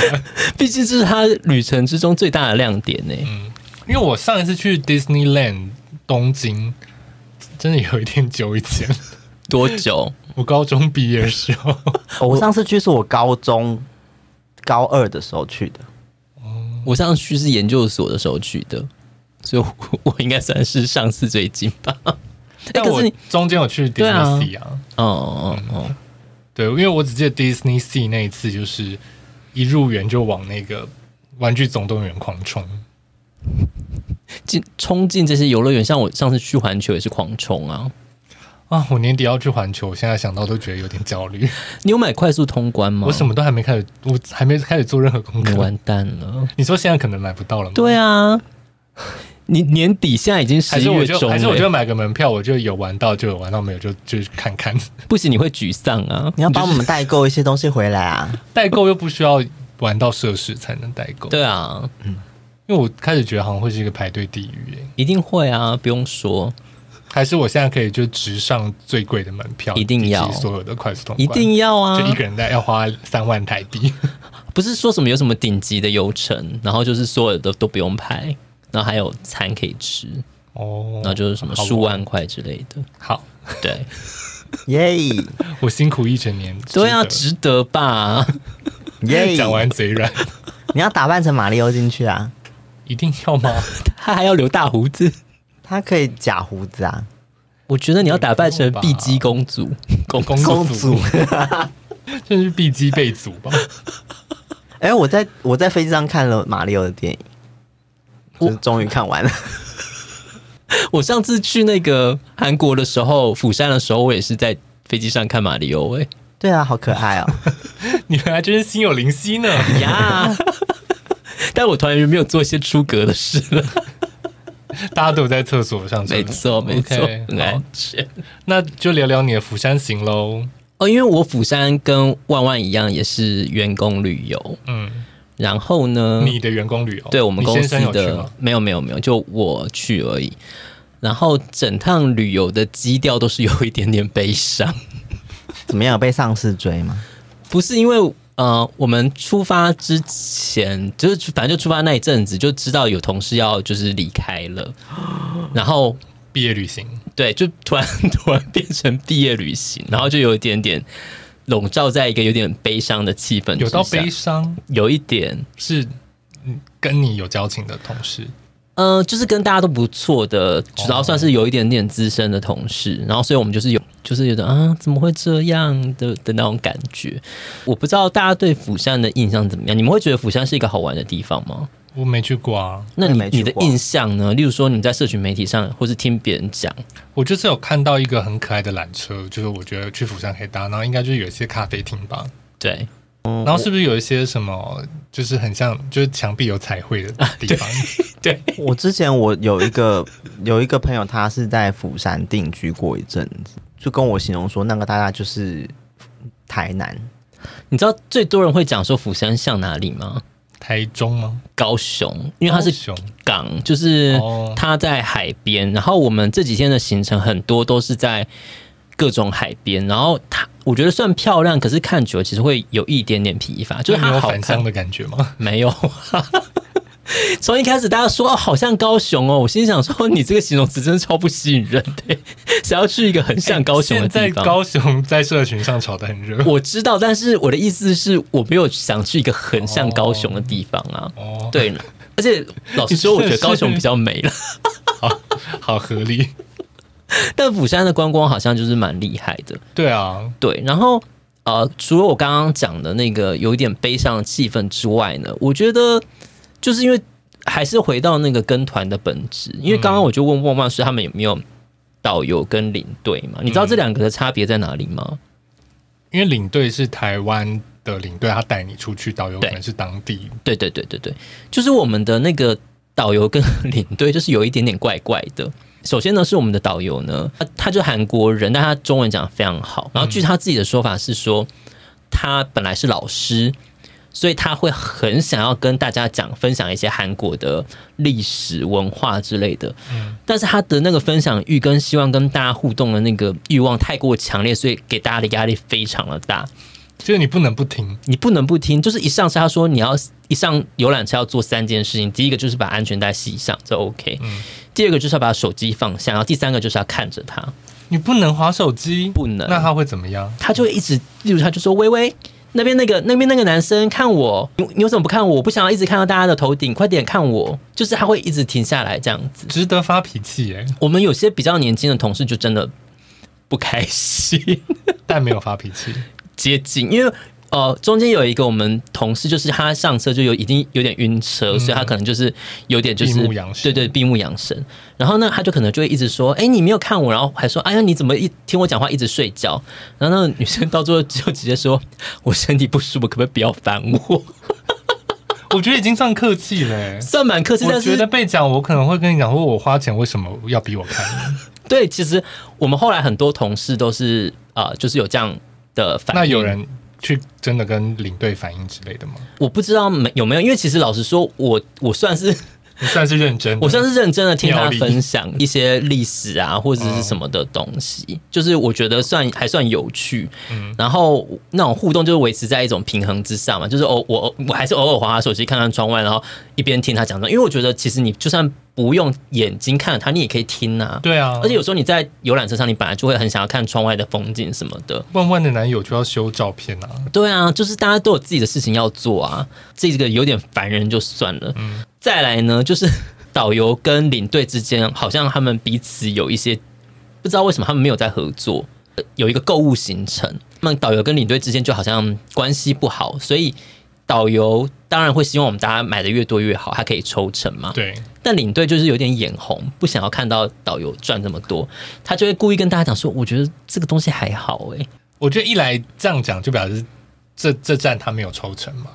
Speaker 1: 毕竟这是他旅程之中最大的亮点欸呢、
Speaker 2: 嗯因为我上一次去 Disneyland 东京，真的有一点久以前，
Speaker 1: 多久？
Speaker 2: 我高中毕业的时候。
Speaker 3: 我上次去是我高中高二的时候去的，
Speaker 1: 我上次去是研究所的时候去的，所以我我应该算是上次最近吧。 哎，
Speaker 2: 但
Speaker 1: 可
Speaker 2: 我
Speaker 1: 是你，
Speaker 2: 中间有去
Speaker 1: 对啊
Speaker 2: Disney Sea 啊，
Speaker 1: 哦哦哦，
Speaker 2: 对，因为我只记得 Disney Sea 那一次，就是一入园就往那个玩具总动员狂冲。
Speaker 1: 进冲进这些游乐园，像我上次去环球也是狂冲啊。
Speaker 2: 啊！我年底要去环球，我现在想到都觉得有点焦虑。
Speaker 1: 你有买快速通关吗？
Speaker 2: 我什么都还没开始，我还没开始做任何功
Speaker 1: 你
Speaker 2: 课。
Speaker 1: 完蛋了。
Speaker 2: 你说现在可能买不到了吗？
Speaker 1: 对啊，你年底现在已经十
Speaker 2: 还
Speaker 1: 一
Speaker 2: 是我
Speaker 1: 月
Speaker 2: 就
Speaker 1: 中哎
Speaker 2: 还是我
Speaker 1: 了，欸
Speaker 2: 就买个门票，我就有玩到就有玩到，没有就就看 看。
Speaker 1: 不行，你会沮丧啊！
Speaker 3: 你要帮
Speaker 1: 就
Speaker 3: 我们代购一些东西回来啊。
Speaker 2: 代购又不需要玩到设施才能代购，
Speaker 1: 对啊，
Speaker 2: 因为我开始觉得好像会是一个排队地狱耶。
Speaker 1: 一定会啊，不用说，
Speaker 2: 还是我现在可以就直上最贵的门票，
Speaker 1: 一定要
Speaker 2: 以及所有的快速通关，
Speaker 1: 一定要啊
Speaker 2: 就！一个人在要花三万台 币，
Speaker 1: 不是说什么有什么顶级的游程，然后就是所有的都不用排，然后还有餐可以吃，
Speaker 2: 哦
Speaker 1: 然后就是什么数万块之类 的。
Speaker 2: 好，
Speaker 1: 对，
Speaker 3: 耶
Speaker 2: 我辛苦一整年，
Speaker 1: 对啊，
Speaker 2: 值
Speaker 1: 值得吧？
Speaker 3: 耶
Speaker 2: 得！讲完嘴软，
Speaker 3: 你要打扮成马里奥进去啊，
Speaker 2: 一定要吗？
Speaker 1: 他还要留大胡子。
Speaker 3: 他可以假胡子啊，
Speaker 1: 我觉得你要打扮成
Speaker 2: 也不用吧
Speaker 1: 碧姬公主，公
Speaker 2: 公
Speaker 3: 公
Speaker 2: 主
Speaker 3: 主。
Speaker 2: 真是必击被阻吧？
Speaker 3: 哎、我在我在飞机上看了马里奥的电影，就是终于看完了。
Speaker 1: 我上次去那个韩国的时候，釜山的时候，我也是在飞机上看马里奥、欸。
Speaker 3: 对啊，好可爱哦。
Speaker 2: 你们还真是心有灵 犀呢。
Speaker 1: 哎呀，但我团员没有做一些出格的事 了。
Speaker 2: 大家都有在厕所上厕所，
Speaker 1: 没错，没错
Speaker 2: OK，，
Speaker 1: 很
Speaker 2: 好
Speaker 1: 安全。
Speaker 2: 那就聊聊你的釜山行喽。
Speaker 1: 哦，因为我釜山跟万万一样，也是员工旅游。
Speaker 2: 嗯，
Speaker 1: 然后呢，
Speaker 2: 你的员工旅游，
Speaker 1: 嗯对我们
Speaker 2: 哦你
Speaker 1: 公
Speaker 2: 先
Speaker 1: 司
Speaker 2: 生有去
Speaker 1: 的
Speaker 2: 吗？
Speaker 1: 没有没有没有，就我去而已。然后整趟旅游的基调都是有一点点悲伤，
Speaker 3: 怎么样？有被上司追吗？
Speaker 1: 不是因为呃，我们出发之前就是反正就出发那一阵子就知道有同事要就是离开 了，然后
Speaker 2: 毕业旅行，
Speaker 1: 对，就突然 突然变成毕业旅行，然后就有一点点笼罩在一个有点悲伤的气氛之下，
Speaker 2: 有到悲伤
Speaker 1: 有一点
Speaker 2: 是嗯跟你有交情的同事，
Speaker 1: 呃，就是跟大家都不错的，然后算是有一点点资深的同事，然后所以我们就是有，就是有点啊，怎么会这样的的那种感觉。我不知道大家对釜山的印象怎么样，你们会觉得釜山是一个好玩的地方吗？
Speaker 2: 我没去过啊，
Speaker 1: 那你
Speaker 3: 没去
Speaker 1: 你的
Speaker 3: 过
Speaker 1: 印象呢？例如说你在社群媒体上，或是听别人讲，
Speaker 2: 我就是有看到一个很可爱的缆车，就是我觉得去釜山可以搭，然后应该就是有一些咖啡厅吧，
Speaker 1: 对，哦
Speaker 3: 嗯
Speaker 2: 然后是不是有一些什么，就是很像，就是墙壁有彩绘的地 方？
Speaker 3: 我之前我有一个有一个朋友，他是在釜山定居过一阵子，就跟我形容说，那个大家就是台南，
Speaker 1: 你知道最多人会讲说釜山像哪里吗？
Speaker 2: 台中吗？
Speaker 1: 高雄，因为它是
Speaker 2: 高雄
Speaker 1: 港，就是
Speaker 2: 哦
Speaker 1: 它在海边。然后我们这几天的行程很多都是在各种海边，然后它我觉得算漂亮，可是看久了其实会有一点点疲乏，就是
Speaker 2: 没
Speaker 1: 它
Speaker 2: 有
Speaker 1: 好
Speaker 2: 返乡
Speaker 1: 看
Speaker 2: 的感觉吗？
Speaker 1: 没有。从一开始大家说、哦、好像高雄哦，我心想说你这个形容词真的超不吸引人的，想要去一个很像高雄的
Speaker 2: 哎现在
Speaker 1: 地方。
Speaker 2: 高雄在社群上炒得很热
Speaker 1: 我知道，但是我的意思是我没有想去一个很像高雄的地方啊。
Speaker 2: 哦，，
Speaker 1: 对，而且老实说，我觉得高雄比较美了，
Speaker 2: 哦好合理。
Speaker 1: 但釜山的观光好像就是蛮厉害的。
Speaker 2: 对啊，
Speaker 1: 对，然后呃，除了我刚刚讲的那个有一点悲伤的气氛之外呢，我觉得就是因为还是回到那个跟团的本质，因为刚刚我就问旺旺是他们有没有导游跟领队嘛？你知道这两个的差别在哪里吗？
Speaker 2: 因为领队是台湾的领队，他带你出去，导游
Speaker 1: 对
Speaker 2: 可能是当地。
Speaker 1: 对对对对对，就是我们的那个导游跟领队就是有一点点怪怪的。首先呢，是我们的导游呢，他他就韩国人，但他中文讲得非常好。然后据他自己的说法是说，他本来是老师，所以他会很想要跟大家讲分享一些韩国的历史文化之类的。但是他的那个分享欲跟希望跟大家互动的那个欲望太过强烈，所以给大家的压力非常的大。
Speaker 2: 就是你不能不听，
Speaker 1: 你不能不听，就是一上车他说你要一上游览车要做三件事情，第一个就是把安全带系上，这 OK；、第二个就是要把手机放下，然后第三个就是要看着他，
Speaker 2: 你不能划手机，
Speaker 1: 不能
Speaker 2: 那他会怎么样？
Speaker 1: 他就会一直，例如他就说微微。那边那个那边那个男生看我，你你为什么不看我？我不想要一直看到大家的头顶，快点看我！就是他会一直停下来这样子。
Speaker 2: 值得发脾气耶，
Speaker 1: 我们有些比较年轻的同事就真的不开心，
Speaker 2: 但没有发 脾气。
Speaker 1: 接近，因为呃，中间有一个我们同事，就是他上车就有已经有点晕车，所以他可能就是有点就是
Speaker 2: 嗯闭目养神
Speaker 1: 对对，闭目养神。然后呢，他就可能就会一直说：“哎、你没有看我。”然后还说：“哎呀，你怎么一听我讲话一直睡觉？”然后那个女生到最后就直接说：“我身体不舒服，可不可以不要烦我。
Speaker 2: 我觉得已经算客气嘞？”
Speaker 1: 算蛮客气，
Speaker 2: 我
Speaker 1: 但
Speaker 2: 觉得
Speaker 1: 是
Speaker 2: 被讲，我可能会跟你讲说，我花钱为什么要比我看？
Speaker 1: 对，其实我们后来很多同事都是呃，就是有这样的反应。
Speaker 2: 那有人去真的跟领队反映之类的吗？
Speaker 1: 我不知道没有没有，因为其实老实说，我我算是。
Speaker 2: 你算是认真的，
Speaker 1: 我算是认真的听他分享一些历史啊，或者是什么的东西，就是我觉得算还算有趣。然后那种互动就是维持在一种平衡之上嘛，就是偶我我还是偶尔划划手机看看窗外，然后一边听他讲的，因为我觉得其实你就算不用眼睛看着他，你也可以听啊。
Speaker 2: 对啊，
Speaker 1: 而且有时候你在游览车上，你本来就会很想要看窗外的风景什么的。
Speaker 2: 万万的男友就要修照片啊，
Speaker 1: 对啊，就是大家都有自己的事情要做啊，这个有点烦人就算了。再来呢，就是导游跟领队之间，好像他们彼此有一些不知道为什么他们没有在合作，呃有一个购物行程，那导游跟领队之间就好像关系不好，所以导游当然会希望我们大家买的越多越好，他可以抽成嘛。
Speaker 2: 对，
Speaker 1: 但领队就是有点眼红，不想要看到导游赚这么多，他就会故意跟大家讲说：“我觉得这个东西还好、欸，
Speaker 2: 我觉得一来这样讲就表示这这站他没有抽成嘛，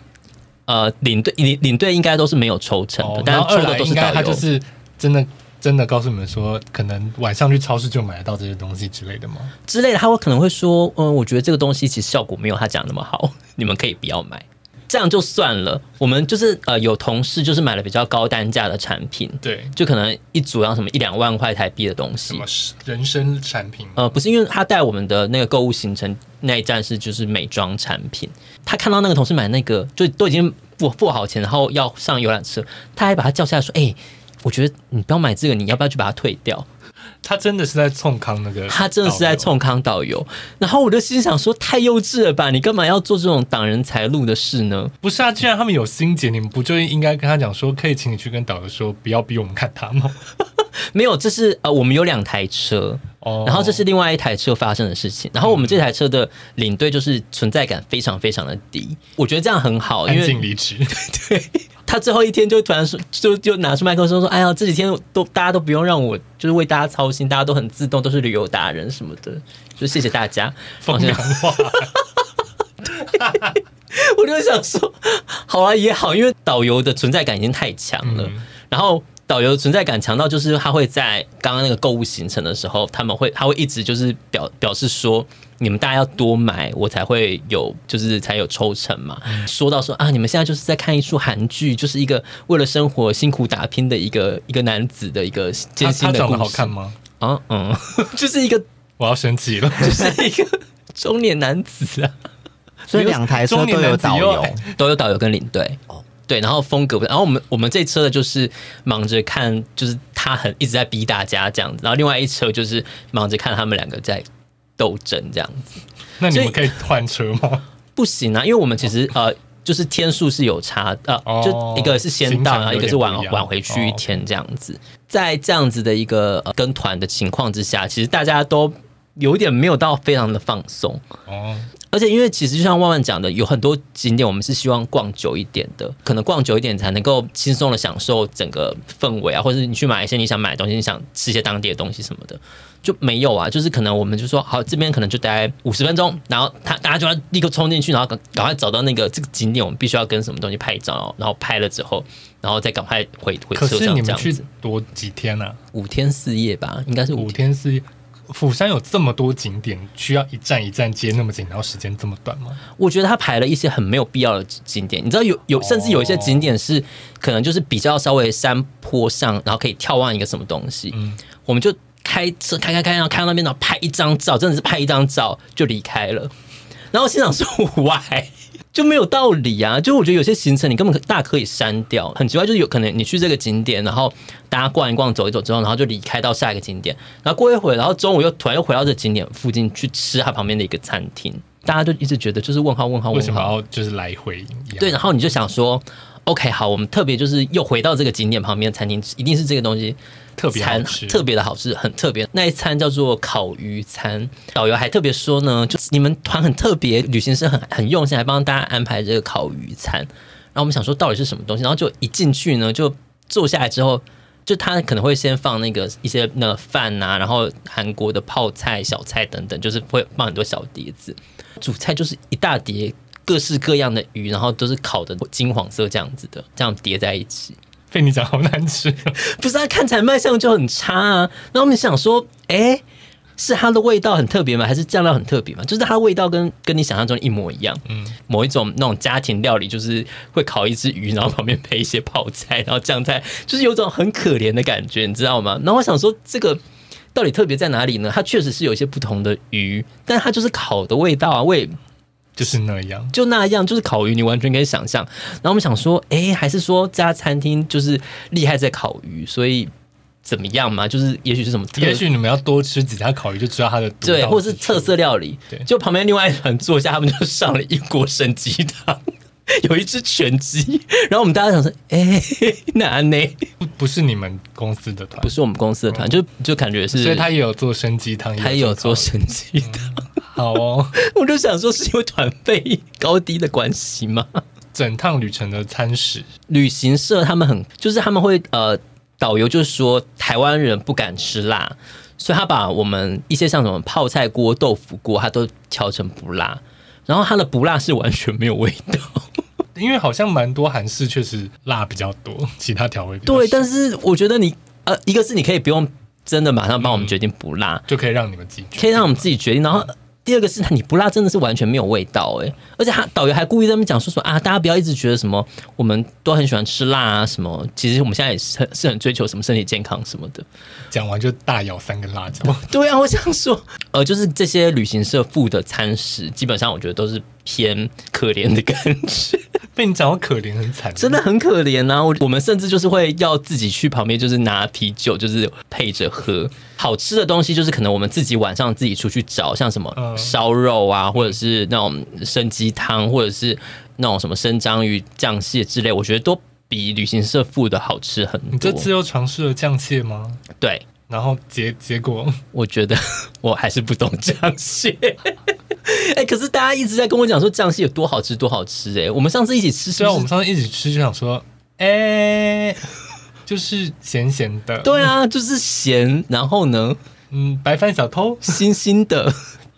Speaker 1: 呃，领队领领队应该都是没有抽成的，
Speaker 2: 哦，
Speaker 1: 但是
Speaker 2: 然后二
Speaker 1: 抽的
Speaker 2: 来
Speaker 1: 都
Speaker 2: 应
Speaker 1: 是
Speaker 2: 该
Speaker 1: 导
Speaker 2: 他
Speaker 1: 游。
Speaker 2: 就是真的真的告诉你们说，可能晚上去超市就买得到这些东西之类的嘛，
Speaker 1: 之类的，他会可能会说，嗯，我觉得这个东西其实效果没有他讲那么好， 你们可以不要买，这样就算了。我们就是呃有同事就是买了比较高单价的产品，
Speaker 2: 对，
Speaker 1: 就可能一组要什么一两万块台币的东
Speaker 2: 什
Speaker 1: 西
Speaker 2: 么，是人参产品嘛，
Speaker 1: 呃，不是因为他带我们的那个购物行程那一站是就是美妆产品，他看到那个同事买那个，就都已经付付好钱，然后要上游览车，他还把他叫下来说：“哎、我觉得你不要买这个，你要不要去把它退掉？”
Speaker 2: 他真的是在冲康那个，
Speaker 1: 他真的是在。冲康导游。然后我就心想说，太幼稚了吧，你干嘛要做这种挡人财路的事呢？
Speaker 2: 不是啊，既然他们有心结，你们不就应该跟他讲说，可以请你去跟导游说，不要逼我们看他吗？
Speaker 1: 没有，这是呃，我们有两台车，
Speaker 2: 哦 嗯
Speaker 1: 然后这是另外一台车发生的事情。然后我们这台车的领队就是存在感非常非常的低，我觉得这样很好，因
Speaker 2: 安
Speaker 1: 为
Speaker 2: 静离职，
Speaker 1: 他最后一天就突然说，就就拿出麦克风说：“哎呀，这几天都大家都不用让我就是为大家操心，大家都很自动，都是旅游达人什么的，就谢谢大家。”
Speaker 2: 风凉话。
Speaker 1: 我就想说，好啊也好，因为导游的存在感已经太强了。
Speaker 2: 嗯
Speaker 1: 然后导游的存在感强到，就是他会在刚刚那个购物行程的时候，他们会他会一直就是表表示说，你们大家要多买，我才会有就是才有抽成嘛。
Speaker 2: 嗯
Speaker 1: 说到说啊，你们现在就是在看一出韩剧，就是一个为了生活辛苦打拼的一个一个男子的一个艰
Speaker 2: 他
Speaker 1: 辛
Speaker 2: 他
Speaker 1: 的
Speaker 2: 长
Speaker 1: 故
Speaker 2: 得
Speaker 1: 事。
Speaker 2: 好看吗？
Speaker 1: 啊嗯， 就是一个
Speaker 2: 我要 生气了。
Speaker 1: 就是一个中年男子啊。
Speaker 3: 所以两台车
Speaker 2: 中
Speaker 3: 都
Speaker 2: 年
Speaker 3: 有
Speaker 2: 男子
Speaker 3: 导
Speaker 2: 又
Speaker 3: 游，
Speaker 1: 都有导游跟领队。哦，对，然后风格不，然后我们我们这车的就是忙着看，就是他很一直在逼大家这样子，然后另外一车就是忙着看他们两个在斗争这样子，
Speaker 2: 那你
Speaker 1: 所以
Speaker 2: 们可以换车吗？
Speaker 1: 不行啊，因为我们其实呃。就是天数是有差，呃，
Speaker 2: 哦
Speaker 1: 就一个是先到，
Speaker 2: 行程
Speaker 1: 然后一个是
Speaker 2: 有点
Speaker 1: 晚
Speaker 2: 不一样
Speaker 1: 晚回去一
Speaker 2: 哦
Speaker 1: 天这样子，在这样子的一个、呃跟团的情况之下，其实大家都有点没有到非常的放松，
Speaker 2: 哦，
Speaker 1: 而且因为其实就像万万讲的，有很多景点我们是希望逛久一点的，可能逛久一点才能够轻松的享受整个氛围啊，或者是你去买一些你想买的东西，你想吃一些当地的东西什么的，就没有啊。就是可能我们就说好，这边可能就待五十分钟，然后他大家就要立刻冲进去，然后赶赶快找到那个这个景点，我们必须要跟什么东西拍照，然后拍了之后，然后再赶快回回
Speaker 2: 可
Speaker 1: 车
Speaker 2: 是
Speaker 1: 上
Speaker 2: 你
Speaker 1: 这
Speaker 2: 们
Speaker 1: 样
Speaker 2: 去
Speaker 1: 子。
Speaker 2: 多几天啊？
Speaker 1: 五天四夜吧，应该是五
Speaker 2: 五
Speaker 1: 天。
Speaker 2: 天是釜山有这么多景点，需要一站一站接那么紧，然后时间这么短吗？
Speaker 1: 我觉得他排了一些很没有必要的景点，你知道有有甚至有一些景点是可能就是比较稍微山坡上，然后可以眺望一个什么东西，
Speaker 2: 嗯
Speaker 1: 我们就开车开开开，然后开到那边，然后拍一张照，真的是拍一张照就离开了。然后我心想说 why 就没有道理啊！ 就我觉得有些行程你根本大可以删掉，很奇怪，就是有可能你去这个景点，然后大家逛一逛、走一走之后，然后就离开到下一个景点，然后过一会儿，然后中午又突然又回到这个景点附近去吃它旁边的一个餐厅，大家就一直觉得就是问号问号
Speaker 2: 为
Speaker 1: 问
Speaker 2: 什么
Speaker 1: 号，
Speaker 2: 要就是来回一样？
Speaker 1: 哦对，然后你就想说。OK，好，我们特别就是又回到这个景点旁边的餐厅，一定是这个东西
Speaker 2: 特别好
Speaker 1: 餐
Speaker 2: 吃，
Speaker 1: 特别的好吃，很特别。那一餐叫做烤鱼餐，导游还特别说呢，就是你们团很特别，旅行社很很用心，还帮大家安排这个烤鱼餐。然后我们想说到底是什么东西，然后就一进去呢，就坐下来之后，就他可能会先放那个一些那个饭呐、然后韩国的泡菜、小菜等等，就是会放很多小碟子。主菜就是一大碟各式各样的鱼，然后都是烤的金黄色这样子的，这样叠在一起。
Speaker 2: 被你讲好难吃哦。
Speaker 1: 不是它啊看起来卖相就很差啊。那我们想说，哎、是它的味道很特别吗？还是酱料很特别吗？就是它的味道跟跟你想象中一模一样。嗯，某一种那种家庭料理，就是会烤一只鱼，然后旁边配一些泡菜，然后酱菜，就是有种很可怜的感觉，你知道吗？那我想说，这个到底特别在哪里呢？它确实是有一些不同的鱼，但它就是烤的味道啊，味
Speaker 2: 就是那样。
Speaker 1: 就那样，就是烤鱼，你完全可以想象。然后我们想说，诶，还是说这家餐厅就是厉害在烤鱼，所以怎么样嘛？就是也许是什么特，
Speaker 2: 也许你们要多吃几家烤鱼，就知道它的独
Speaker 1: 对，
Speaker 2: 到
Speaker 1: 或者是
Speaker 2: 之处
Speaker 1: 特色料理
Speaker 2: 对。
Speaker 1: 就旁边另外一团坐下，他们就上了一锅生鸡汤。 有一只全鸡，然后我们大家想说，诶，那呢？
Speaker 2: 不不是你们公司的团
Speaker 1: 不，是我们公司的团，就就感觉是，
Speaker 2: 哦所以他也嗯有做生鸡汤，
Speaker 1: 他也
Speaker 2: 也
Speaker 1: 有做
Speaker 2: 生
Speaker 1: 生鸡汤，
Speaker 2: 好哦。
Speaker 1: 我就想说是因为团费高低的关系吗？
Speaker 2: 整趟旅程的餐食，
Speaker 1: 旅行社他们很，就是他们会呃，导游就是说台湾人不敢吃辣，所以他把我们一些像什么泡菜锅、豆腐锅，他都调成不辣，然后它的不辣是完全没有味道。
Speaker 2: 因为好像蛮多韩式确实辣比较多，其他调味比较
Speaker 1: 对，
Speaker 2: 少
Speaker 1: 但是我觉得你呃，一个是你可以不用真的马上帮我们决定不辣，
Speaker 2: 就可以让你们自己
Speaker 1: 可以让我们自己决定。然后第二个是你不辣真的是完全没有味道哎、而且他导游还故意在那边讲说说啊，大家不要一直觉得什么我们都很喜欢吃辣啊什么，其实我们现在也是很是很追求什么身体健康什么的。
Speaker 2: 讲完就大咬三 根辣椒，
Speaker 1: 对啊，我想说，呃，就是这些旅行社付的餐食，基本上我觉得都是偏可怜的感觉，
Speaker 2: 被你讲到可怜很惨，
Speaker 1: 真的很可怜啊！我我们甚至就是会要自己去旁边，就是拿啤酒，就是配着喝。好吃的东西就是可能我们自己晚上自己出去找，像什么
Speaker 2: 嗯
Speaker 1: 烧肉啊，或者是那种生鸡汤，或者是那种什么生章鱼、酱蟹之类，我觉得都比旅行社付的好吃很
Speaker 2: 你
Speaker 1: 多
Speaker 2: 这。次又尝试了酱蟹吗？
Speaker 1: 对，
Speaker 2: 然后结结果
Speaker 1: 我觉得 我还是不懂酱 蟹。 哎、可是大家一直在跟我讲说酱蟹有多好吃，多好吃哎、我们上次一起吃，是
Speaker 2: 虽然
Speaker 1: 不
Speaker 2: 啊我
Speaker 1: 是
Speaker 2: 们？上次一起吃就想说，哎、就是咸咸 的，，
Speaker 1: 对啊，就是咸，然后呢，
Speaker 2: 嗯，白饭小偷，
Speaker 1: 腥腥的，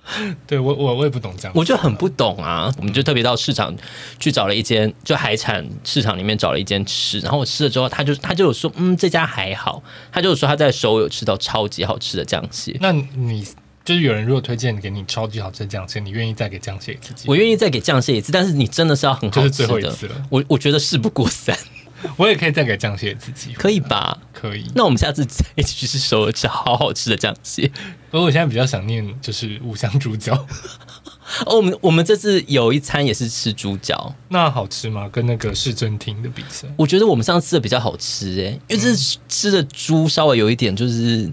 Speaker 2: 对我我我也不懂这样，
Speaker 1: 我就很不懂啊。我们就特别到市场去找了一间，就海产市场里面找了一间吃，然后我吃了之后，他就他就有说，嗯，这家还好，他就有说他在首尔有吃到超级好吃的酱蟹。
Speaker 2: 那你就是有人如果推荐给你超级好吃的酱蟹，你愿意再给酱蟹一次机会？
Speaker 1: 我愿意再给酱蟹一次，但是你真的是要很好吃
Speaker 2: 这
Speaker 1: 的，
Speaker 2: 是最后一次了
Speaker 1: 我我觉得事不过三，
Speaker 2: 我也可以再给酱蟹一次机会，
Speaker 1: 可以吧？
Speaker 2: 可以。
Speaker 1: 那我们下次再一起去吃首尔吃好好吃的酱蟹。
Speaker 2: 不过我现在比较想念就是五香猪脚，
Speaker 1: 哦，我们我们这次有一餐也是吃猪脚，
Speaker 2: 那好吃吗？跟那个市政厅的比赛，
Speaker 1: 我觉得我们上次吃的比较好吃哎、因为这
Speaker 2: 嗯
Speaker 1: 次吃的猪稍微有一点就是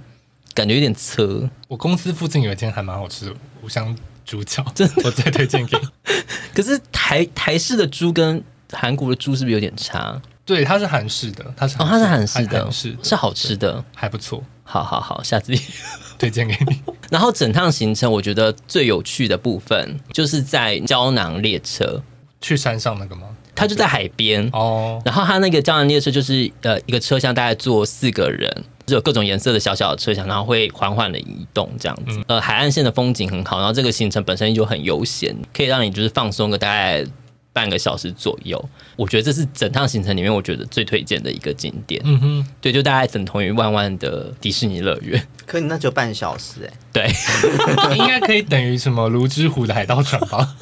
Speaker 1: 感觉有点涩，
Speaker 2: 我公司附近有一间还蛮好吃的五香猪脚，我再推荐 给你。
Speaker 1: 可是台台式的猪跟韩国的猪是不是有点差？
Speaker 2: 对，它是韩式的，它是
Speaker 1: 哦，它是韩式的，
Speaker 2: 韩式的
Speaker 1: 是啊好吃的。
Speaker 2: 还不错，
Speaker 1: 好好好，下次。
Speaker 2: 推荐给你。
Speaker 1: 然后整趟行程，我觉得最有趣的部分就是在胶囊列车，
Speaker 2: 去山上那个吗？
Speaker 1: 它就在海边，
Speaker 2: 哦，
Speaker 1: 然后它那个胶囊列车就是呃一个车厢大概坐四个人，就有各种颜色的小小的车厢，然后会缓缓的移动这样子。呃，海岸线的风景很好，然后这个行程本身就很悠闲，可以让你就是放松个大概半个小时左右。我觉得这是整趟行程里面我觉得最推荐的一个景点，
Speaker 2: 嗯哼，
Speaker 1: 对，就大概等同于万万的迪士尼乐园。
Speaker 3: 可你那只有半小时哎、
Speaker 1: 对，
Speaker 2: 应该可以等于什么泸沽湖的海盗船吧？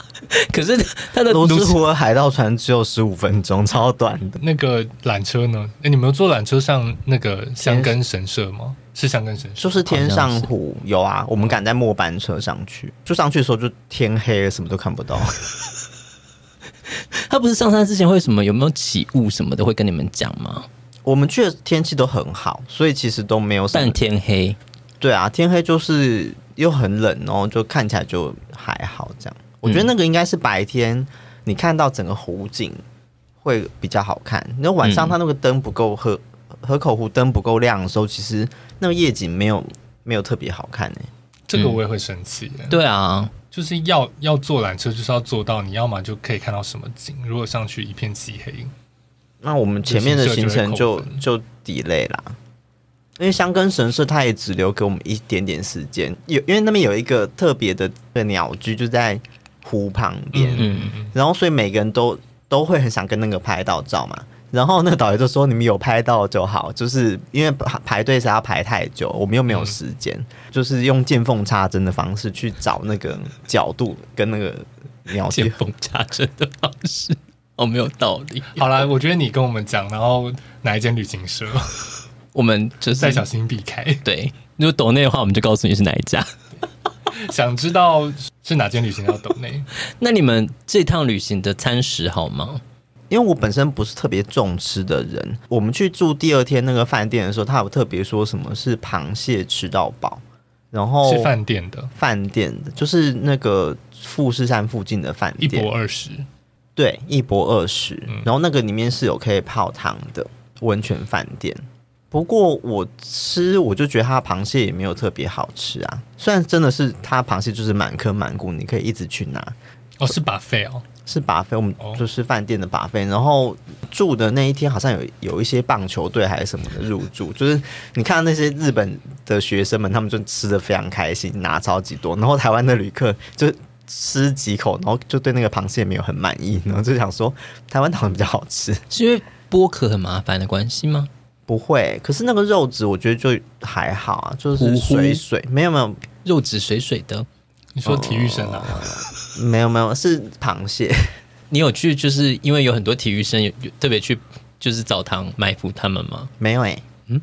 Speaker 1: 可是它的
Speaker 3: 罗斯
Speaker 1: 路
Speaker 3: 湖的海盗船只有十五分钟，超短的。
Speaker 2: 那个缆车呢？哎，你们有坐缆车上那个香根神社吗？是香根神社。
Speaker 3: 就是天上湖有啊，我们赶在末班车上去，就上去的时候就天黑了，什么都看不到。
Speaker 1: 它不是上山之前会什么有没有起雾什么的会跟你们讲吗？
Speaker 3: 我们去的天气都很好，所以其实都没有什
Speaker 1: 半
Speaker 3: 么。
Speaker 1: 天黑，
Speaker 3: 对啊，天黑就是又很冷哦，就看起来就还好这样。我觉得那个应该是白天你看到整个湖景会比较好看，那晚上它那个灯不够河河口湖灯不够亮的时候，其实那个夜景没有没有特别好看欸诶、
Speaker 2: 这个我也会生气耶。
Speaker 1: 对啊，
Speaker 2: 就是要要坐缆车，就是要做到你要么就可以看到什么景，如果上去一片漆黑，
Speaker 3: 那我们前面的行程就
Speaker 2: 旅行
Speaker 3: 就 delay 啦，因为香根神社它也只留给我们一点点时间，有因为那边有一个特别的那个鸟居，就在湖旁边，
Speaker 1: 嗯
Speaker 2: 嗯，
Speaker 3: 然后所以每个人都都会很想跟那个拍到照嘛。然后那个导游就说：“你们有拍到就好，就是因为排排队是要排太久，我们又没有时间，就是用见缝插针的方式去找那个角度跟那个鸟
Speaker 1: 见
Speaker 3: 居。
Speaker 1: 缝插针的方式， 哦，没有道理。
Speaker 2: 好啦，我觉得你跟我们讲，然后哪一间旅行 社
Speaker 1: 我们就是
Speaker 2: 再小心避开。
Speaker 1: 对，如果抖内的话，我们就告诉你是哪一家。
Speaker 2: 想知道是哪间旅行社要抖 内？
Speaker 1: 那你们这趟旅行的餐食好吗？
Speaker 3: 因为我本身不是特别重吃的人，我们去住第二天那个饭店的时候，他有特别说什么是螃蟹吃到饱，然
Speaker 1: 哦
Speaker 3: 后
Speaker 2: 是饭店的，
Speaker 3: 饭店的就是那个富士山附近的饭
Speaker 2: 一
Speaker 3: 店
Speaker 2: 博，二十。
Speaker 3: 对，一博二十、然后那个里面是有可以泡汤的温泉饭店。不过我吃，我就觉得它的螃蟹也没有特别好吃啊。虽然真的是它螃蟹就是满坑满谷，你可以一直去拿。
Speaker 2: 哦，是把费哦，
Speaker 3: 是把费，我们
Speaker 2: 哦
Speaker 3: 就是饭店的把费。然后住的那一天好像有有一些棒球队还是什么的入住，就是你看到那些日本的学生们，他们就吃的非常开心，拿超级多。然后台湾的旅客就吃几口，然后就对那个螃蟹没有很满意，然后就想说台湾好像比较好吃。
Speaker 1: 是因为剥壳很麻烦的关系吗？
Speaker 3: 不会，可是那个肉质我觉得就还好啊，就
Speaker 1: 糊
Speaker 3: 是
Speaker 1: 糊
Speaker 3: 水水，没有没有
Speaker 1: 肉质水水的。
Speaker 2: 你说体育生啊？
Speaker 3: 没有没有是螃蟹。
Speaker 1: 你有去就是因为有很多体育生有有特别去就是澡堂埋伏他们吗？
Speaker 3: 没有哎、
Speaker 1: 哦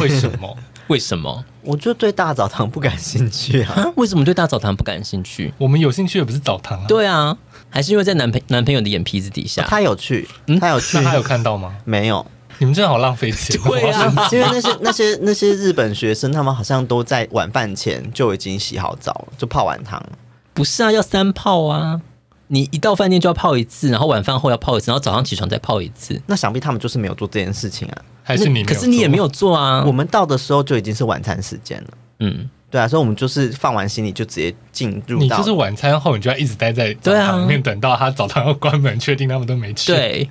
Speaker 2: 为什么？
Speaker 1: 为什么
Speaker 3: 我就对大澡堂不感兴趣啊。
Speaker 1: 啊？为什么对大澡堂不感兴趣？
Speaker 2: 我们有兴趣也不是澡堂啊。
Speaker 1: 对啊，还是因为在男朋男朋友的眼皮子底下？
Speaker 3: 他有去
Speaker 1: 嗯，
Speaker 3: 他有去
Speaker 2: 那，他有看到吗？
Speaker 3: 没有？
Speaker 2: 你们真的好浪费钱。哦
Speaker 1: 对啊，
Speaker 3: 因为那些那些那些日本学生，他们好像都在晚饭前就已经洗好澡了，就泡完汤了。
Speaker 1: 不是啊，要三泡啊！你一到饭店就要泡一次，然后晚饭后要泡一次，然后早上起床再泡一次。
Speaker 3: 那想必他们就是没有做这件事情啊。
Speaker 2: 还是你？
Speaker 1: 那可是你也没。有做啊
Speaker 3: 我。们到的时候就已经是晚餐时间了，
Speaker 1: 嗯，
Speaker 3: 对啊，所以我们就是放完行李就直接进入
Speaker 2: 你
Speaker 3: 到
Speaker 2: 就是晚餐后，你就要一直待在澡
Speaker 1: 对啊
Speaker 2: 堂里面，等到他澡堂要关门，确定他们都没去。，
Speaker 1: 对。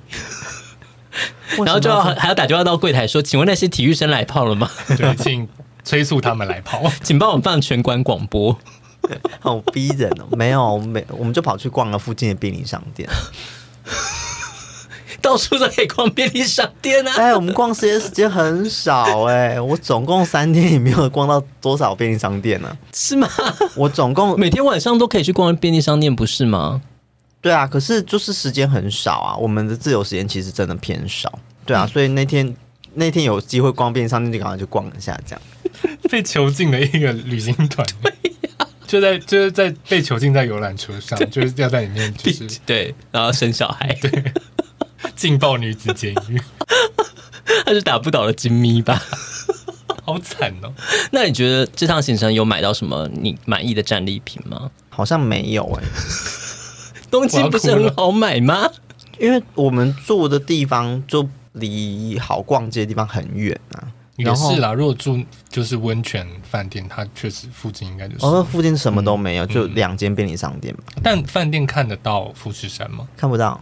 Speaker 1: 然后就要还要打电话到柜台说：“请问那些体育生来泡了吗？
Speaker 2: 对，请催促他们来跑。
Speaker 1: 请帮我们放全馆广播。
Speaker 3: 好逼人哦。没有，我们没，我们就跑去逛了附近的便利商店。
Speaker 1: 到处都可以逛便利商店啊。
Speaker 3: 哎，我们逛街时间很少哎、我总共三天也没有逛到多少便利商店呢、
Speaker 1: 是吗？
Speaker 3: 我总共
Speaker 1: 每天晚上都可以去逛便利商店，不是吗？
Speaker 3: 对啊，可是就是时间很少啊，我们的自由时间其实真的偏少。对
Speaker 2: 嗯
Speaker 3: 啊，所以那天那天有机会逛便利商店就赶快去逛一下，这样。
Speaker 2: 被囚禁的一个旅行团，就在就是在被囚禁在游览车上，就是要在里面就是
Speaker 1: 对，然后生小孩，
Speaker 2: 劲爆女子监狱，
Speaker 1: 他是打不倒的金咪吧？
Speaker 2: 好惨哦！
Speaker 1: 那你觉得这趟行程有买到什么你满意的战利品吗？
Speaker 3: 好像没有哎、
Speaker 1: 东京不是很好买吗？
Speaker 3: 因为我们住的地方就离好逛街的地方很远啊。
Speaker 2: 也
Speaker 3: 然后
Speaker 2: 是啦，如果住就是温泉饭店，它确实附近应该就
Speaker 3: 我
Speaker 2: 是，嗯
Speaker 1: 哦
Speaker 3: 说哦附近什么都没有，就两间便利商店嘛，
Speaker 2: 但饭店看得到富士山吗？
Speaker 3: 看不到。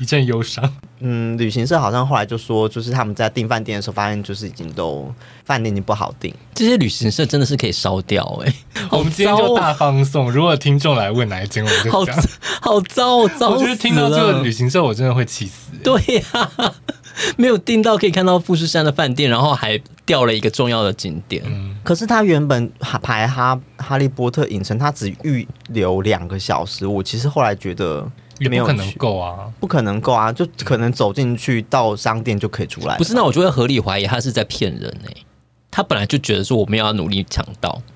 Speaker 2: 一阵忧伤，
Speaker 3: 嗯，旅行社好像后来就说，就是他们在订饭店的时候，发现就是已经都饭店已经不好订。
Speaker 1: 这些旅行社真的是可以烧掉哎、
Speaker 2: 我们今天就大放送。如果听众来问哪一间，我们
Speaker 1: 哦好啊
Speaker 2: 就讲。
Speaker 1: 好糟，我糟
Speaker 2: 我觉得
Speaker 1: 死
Speaker 2: 听到这个
Speaker 1: 了
Speaker 2: 旅行社，我真的会气死。
Speaker 1: 对呀、 没有订到可以看到富士山的饭店，然后还掉了一个重要的景点。
Speaker 2: 嗯，
Speaker 3: 可是他原本哈排哈哈利波特影城，他只预留两个小时，我其实后来觉得
Speaker 2: 也
Speaker 3: 没有
Speaker 2: 不可能
Speaker 3: 去
Speaker 2: 够啊。
Speaker 3: 不可能够啊，就可能走进去到商店就可以出来了。
Speaker 1: 不是，那我就会合理怀疑他是在骗人哎、他本来就觉得说我们要努力抢到，
Speaker 2: 嗯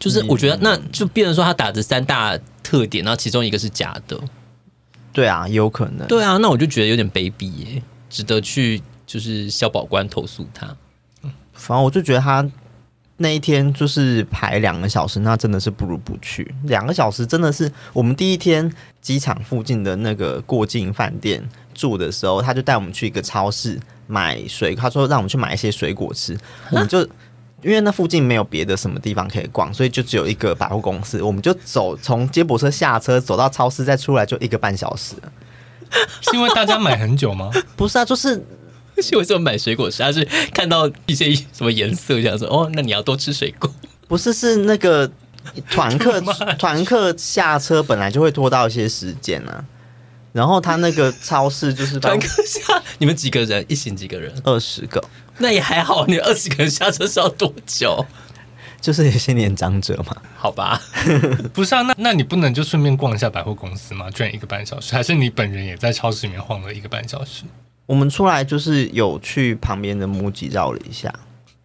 Speaker 1: 就是我觉得那就变成说他打着三大特点，然后其中一个是假的。
Speaker 3: 对啊，有可能。
Speaker 1: 对啊，那我就觉得有点卑鄙耶、值得去就是消保官投诉他。
Speaker 3: 反正我就觉得他那一天就是排两个小时，那真的是不如不去。两个小时真的是我们第一天机场附近的那个过境饭店住的时候，他就带我们去一个超市买水，他说让我们去买一些水果吃，我们就。因为那附近没有别的什么地方可以逛，所以就只有一个百货公司。我们就走，从接驳车下车走到超市，再出来就一个半小时了。
Speaker 2: 是因为大家买很久吗？
Speaker 3: 不是啊，就是
Speaker 1: 是 为什么买水果吃？他是看到一些什么颜色，想说哦，那你要多吃水 果。
Speaker 3: 不是，是那个团客团客下车本来就会拖到一些时间啊，然后他那个超市就是
Speaker 1: 团客下，你们几个人？一行几个人？
Speaker 3: 二十个，
Speaker 1: 那也还好，你二十个人下车是要多久？
Speaker 3: 就是有些年长者嘛，
Speaker 1: 好吧，
Speaker 2: 不是啊，那那你不能就顺便逛一下百货公司吗？居然一个半小时，还是你本人也在超市里面晃了一个半小时？
Speaker 3: 我们出来就是有去旁边的木吉绕了一下。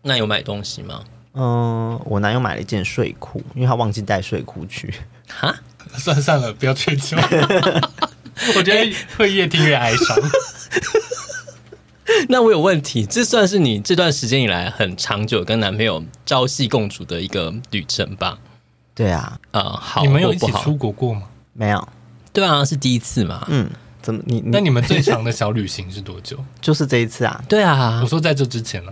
Speaker 1: 那有买东西吗？
Speaker 3: 嗯，我男友买了一件睡裤，因为他忘记带睡裤去。
Speaker 1: 哈，
Speaker 2: 算了算了，不要追究。 我觉得会越听越哀伤。
Speaker 1: 那我有问题，这算是你这段时间以来很长久跟男朋友朝夕共处的一个旅程吧？
Speaker 3: 对啊，
Speaker 1: 啊、好，
Speaker 2: 你们有
Speaker 1: 或
Speaker 2: 一
Speaker 1: 不
Speaker 2: 起
Speaker 1: 好
Speaker 2: 出国过吗？
Speaker 3: 没有，
Speaker 1: 对啊，是第一次嘛？
Speaker 3: 嗯，怎么你
Speaker 2: 那
Speaker 3: 你
Speaker 2: 你们最长的小旅行是多久？
Speaker 3: 就是这一次啊，
Speaker 1: 对啊
Speaker 2: 我，说在这之前呢、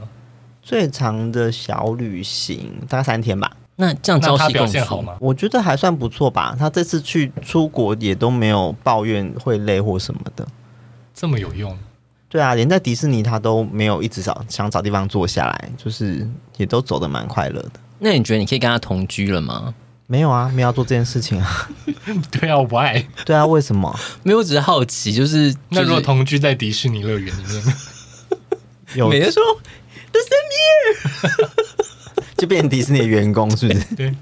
Speaker 3: 最长的小旅行大概三天吧。
Speaker 1: 那这样
Speaker 2: 那
Speaker 1: 朝
Speaker 2: 他
Speaker 1: 夕
Speaker 2: 表
Speaker 1: 共
Speaker 2: 现好
Speaker 1: 处，
Speaker 2: 吗？
Speaker 3: 我觉得还算不错吧。他这次去出国也都没有抱怨会累或什么的。
Speaker 2: 这么有用？
Speaker 3: 对啊，连在迪士尼他都没有一直找想找地方坐下来，就是也都走得蛮快乐的。
Speaker 1: 那你觉得你可以跟他同居了吗？
Speaker 3: 没有啊，没有要做这件事情啊。
Speaker 2: 对啊，Why？
Speaker 3: 对啊，为什么？
Speaker 1: 没有，我只是好奇，就是、就是、
Speaker 2: 那如果同居在迪士尼乐园里面，
Speaker 3: 有
Speaker 1: 每天 说 The same
Speaker 3: 就变成迪士尼的员工是 不是？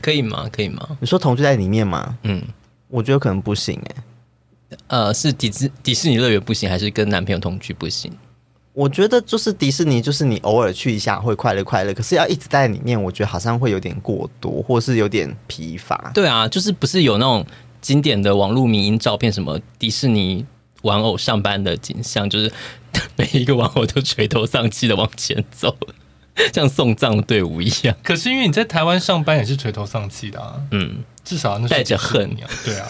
Speaker 1: 可以吗？可以吗？
Speaker 3: 你说同居在里面吗？
Speaker 1: 嗯，
Speaker 3: 我觉得可能不行哎、
Speaker 1: 呃，是迪士迪士尼乐园不行，还是跟男朋友同居不行？
Speaker 3: 我觉得就是迪士尼，就是你偶尔去一下会快乐快乐，可是要一直在里面，我觉得好像会有点过多，或是有点疲乏。
Speaker 1: 对啊，就是不是有那种经典的网络迷因照片，什么迪士尼玩偶上班的景象，就是 每一个玩偶都垂头丧气的往前走， 像送葬队伍一样。
Speaker 2: 可是因为你在台湾上班也是垂头丧气的啊，
Speaker 1: 嗯，
Speaker 2: 至少那时候
Speaker 1: 带着恨
Speaker 2: 你啊，对啊，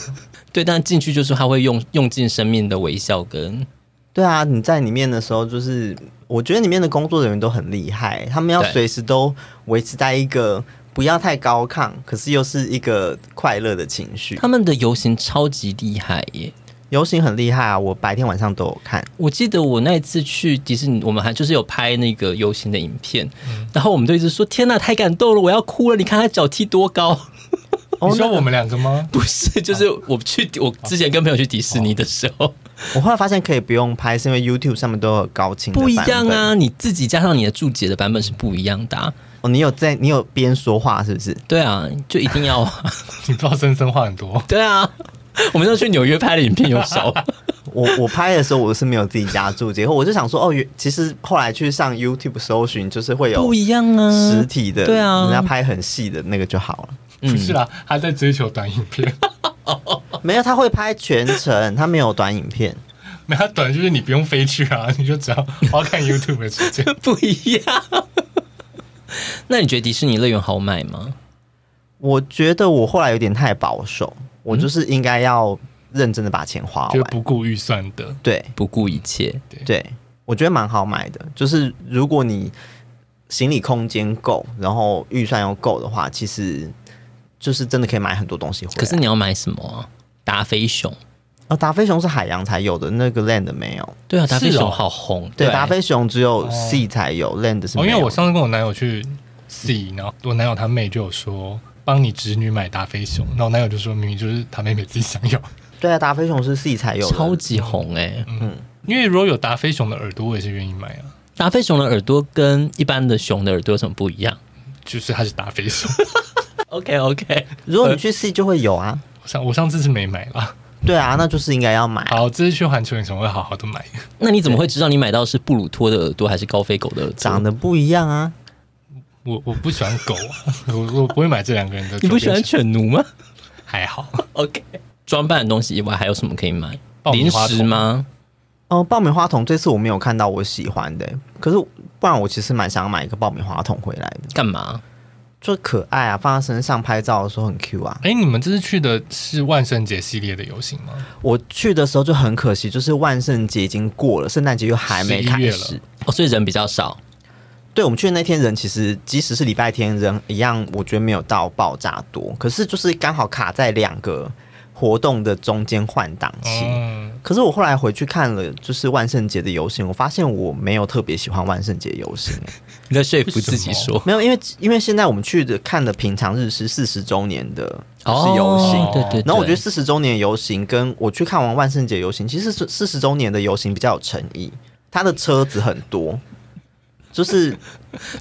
Speaker 1: 对，但进去就是他会用用尽生命的微笑跟
Speaker 3: 对啊，你在里面的时候，就是我觉得里面的工作人员都很厉害，他们要
Speaker 1: 对
Speaker 3: 随时都维持在一个不要太高亢，可是又是一个快乐的情绪。
Speaker 1: 他们的游行超级厉害耶！
Speaker 3: 游行很厉害啊，我白天晚上都有看。
Speaker 1: 我记得我那一次去迪士尼，我们还就是有拍那个游行的影片，然后我们就一直说：“天呐，太感动了，我要哭了！你看他脚踢多高。” 哦
Speaker 3: 哦
Speaker 2: 你说我们两个吗？
Speaker 1: 不是，就是我去我之前跟朋友去迪士尼的时候
Speaker 3: 我后来发现可以不用拍，是因为 YouTube 上面都有高清 的
Speaker 1: 不一
Speaker 3: 版
Speaker 1: 样
Speaker 3: 本
Speaker 1: 啊，。你自己加上你的注解的版本是不一样的、啊。
Speaker 3: 哦，你有在，你有边说话是不是？
Speaker 1: 对啊，就一定要啊
Speaker 2: 你知道森森话很多，
Speaker 1: 对啊。我们那时候去纽约拍的影片有 少，
Speaker 3: 我我拍的时候我是没有自己加注解，我就想说哦，原其实后来去上 YouTube 搜寻，就是会有
Speaker 1: 不一样啊。
Speaker 3: 实体的，
Speaker 1: 对啊
Speaker 3: 人家拍很细的那个就好了。
Speaker 2: 不是啦，他在追求短影片，
Speaker 3: 没有，他会拍全程，他没有短影片。
Speaker 2: 没有他短就是你不用飞去啊， 你就只要花看 YouTube 的时 间。
Speaker 1: 不一样。那你觉得迪士尼乐园好买吗？
Speaker 3: 我觉得我后来有点太保守，我就是应该要认真的把钱花
Speaker 2: 嗯就是
Speaker 3: 完。
Speaker 2: 不顾预算的，
Speaker 3: 对
Speaker 1: 不顾一切，
Speaker 3: 对，我觉得蛮好买的，就是如果你行李空间够，然后预算又够的话，其实就是真的可以买很多东西回来。
Speaker 1: 可是你要买什么啊、达菲熊，
Speaker 3: 哦，达菲熊是海洋才有的，那个 Land 没有。
Speaker 1: 对啊，
Speaker 2: 是
Speaker 1: 达
Speaker 2: 哦
Speaker 1: 菲熊好红，
Speaker 3: 对，
Speaker 1: 啊
Speaker 3: 达菲熊只有 C 才有、l a n d 是
Speaker 2: 哦，
Speaker 3: 没
Speaker 2: 因
Speaker 3: 有。
Speaker 2: 为我上次跟我男友去 C，然后我男友他妹就有说帮你侄女买达菲熊，然后我男友就说明明就是他妹妹自己想要，
Speaker 3: 对啊，达菲熊是 C 才有的，嗯
Speaker 1: 超级红哎、
Speaker 2: 因为如果有达菲熊的耳朵，我也是愿意买啊，
Speaker 1: 达菲熊的耳朵跟一般的熊的耳朵有什么不一样
Speaker 2: 就是它是达菲熊。
Speaker 1: ？OK OK，
Speaker 3: 如
Speaker 2: 呃
Speaker 3: 果你去 C 就会有啊。
Speaker 2: 我上我上次是没买啦，
Speaker 3: 对啊，那就是应该要买。
Speaker 2: 好，这次去环球影城我会好好的买，
Speaker 1: 那你怎么会知道你买到是布鲁托的耳朵还是高飞狗的耳朵？
Speaker 3: 长得不一样啊，
Speaker 2: 我我不喜欢狗啊， 我我不会买这两个人的
Speaker 1: 你
Speaker 2: 周边产品。
Speaker 1: 不喜欢犬奴吗
Speaker 2: 还好，
Speaker 1: ？OK，装扮的东西以外还有什么可以买？
Speaker 2: 爆米
Speaker 1: 零
Speaker 2: 花
Speaker 1: 食吗？
Speaker 3: 哦，爆米花筒这次我没有看到我喜欢的、可是不然我其实蛮想买一个爆米花筒回来的，
Speaker 1: 干嘛？
Speaker 3: 就可爱啊，放在身上拍照的时候很 Q 啊。
Speaker 2: 哎，你们这次去的是万圣节系列的游行吗？
Speaker 3: 我去的时候就很可惜，就是万圣节已经过了，圣诞节又还没
Speaker 2: 11
Speaker 3: 开
Speaker 2: 月了
Speaker 3: 始。
Speaker 1: 哦，所以人比较少。
Speaker 3: 对我们去的那天人，其实即使是礼拜天人一样，我觉得没有到爆炸多，可是就是刚好卡在两个活动的中间换档期。
Speaker 2: 嗯，
Speaker 3: 可是我后来回去看了，就是万圣节的游行，我发现我没有特别喜欢万圣节游行、
Speaker 1: 你在说服自己说
Speaker 3: 没有，因为因为现在我们去的看的平常日是四十周年的，就是游行。
Speaker 1: 哦对对对。
Speaker 3: 然后我觉得四十周年游行跟我去看完万圣节游行，其实是四十周年的游行比较有诚意，它的车子很多，就是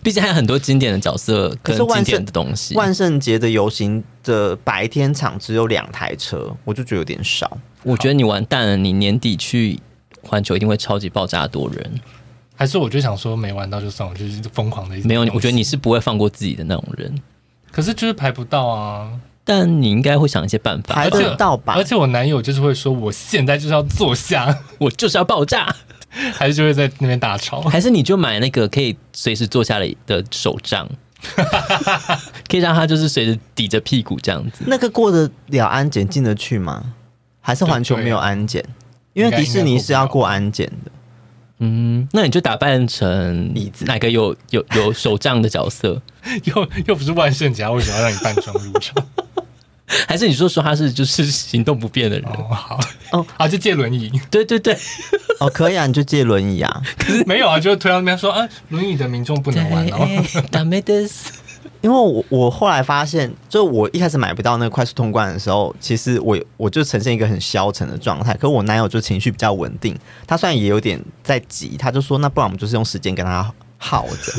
Speaker 1: 毕竟还有很多经典的角色
Speaker 3: 可
Speaker 1: 跟
Speaker 3: 是万
Speaker 1: 经
Speaker 3: 圣
Speaker 1: 典的东西。
Speaker 3: 万圣节的游行的白天场只有两台车，我就觉得有点少。
Speaker 1: 我觉得你完蛋了，你年底去环球一定会超级爆炸多人。
Speaker 2: 还是我就想说没玩到就算，我就是疯狂的一直
Speaker 1: 没有，
Speaker 2: 弄
Speaker 1: 我觉得你是不会放过自己的那种人，
Speaker 2: 可是就是排不到啊，
Speaker 1: 但你应该会想一些办法吧。
Speaker 3: 排
Speaker 2: 而且
Speaker 3: 得到吧
Speaker 2: 而且我男友就是会说，我现在就是要坐下，
Speaker 1: 我就是要爆炸，
Speaker 2: 还是就会在那边大吵。
Speaker 1: 还是你就买那个可以随时坐下来的手杖，可以让它就是随着抵着屁股这样子。
Speaker 3: 那个过得了安检进得去吗？还是环球没有安检？因为迪士尼是要过安检的。
Speaker 1: 嗯，那你就打扮成
Speaker 3: 椅子
Speaker 1: 哪个有有有手杖的角色，
Speaker 2: 又又不是万圣节啊，为什么要让你扮装入 场？
Speaker 1: 还是你说说他是就是行动不便的人？
Speaker 2: 哦，好，
Speaker 3: 哦
Speaker 2: 哦，啊，就借轮椅，
Speaker 1: 对对对，
Speaker 3: 哦，可以啊，你就借轮椅啊。
Speaker 2: 没有啊，就推到那边说，啊，轮椅的民众不能玩哦。
Speaker 1: 打没得
Speaker 3: 因为我我后来发现，就我一开始买不到那个快速通关的时候，其实我我就呈现一个很消沉的状态。可我男友就情绪比较稳定，他虽然也有点在急，他就说那不然我们就是用时间跟他耗着。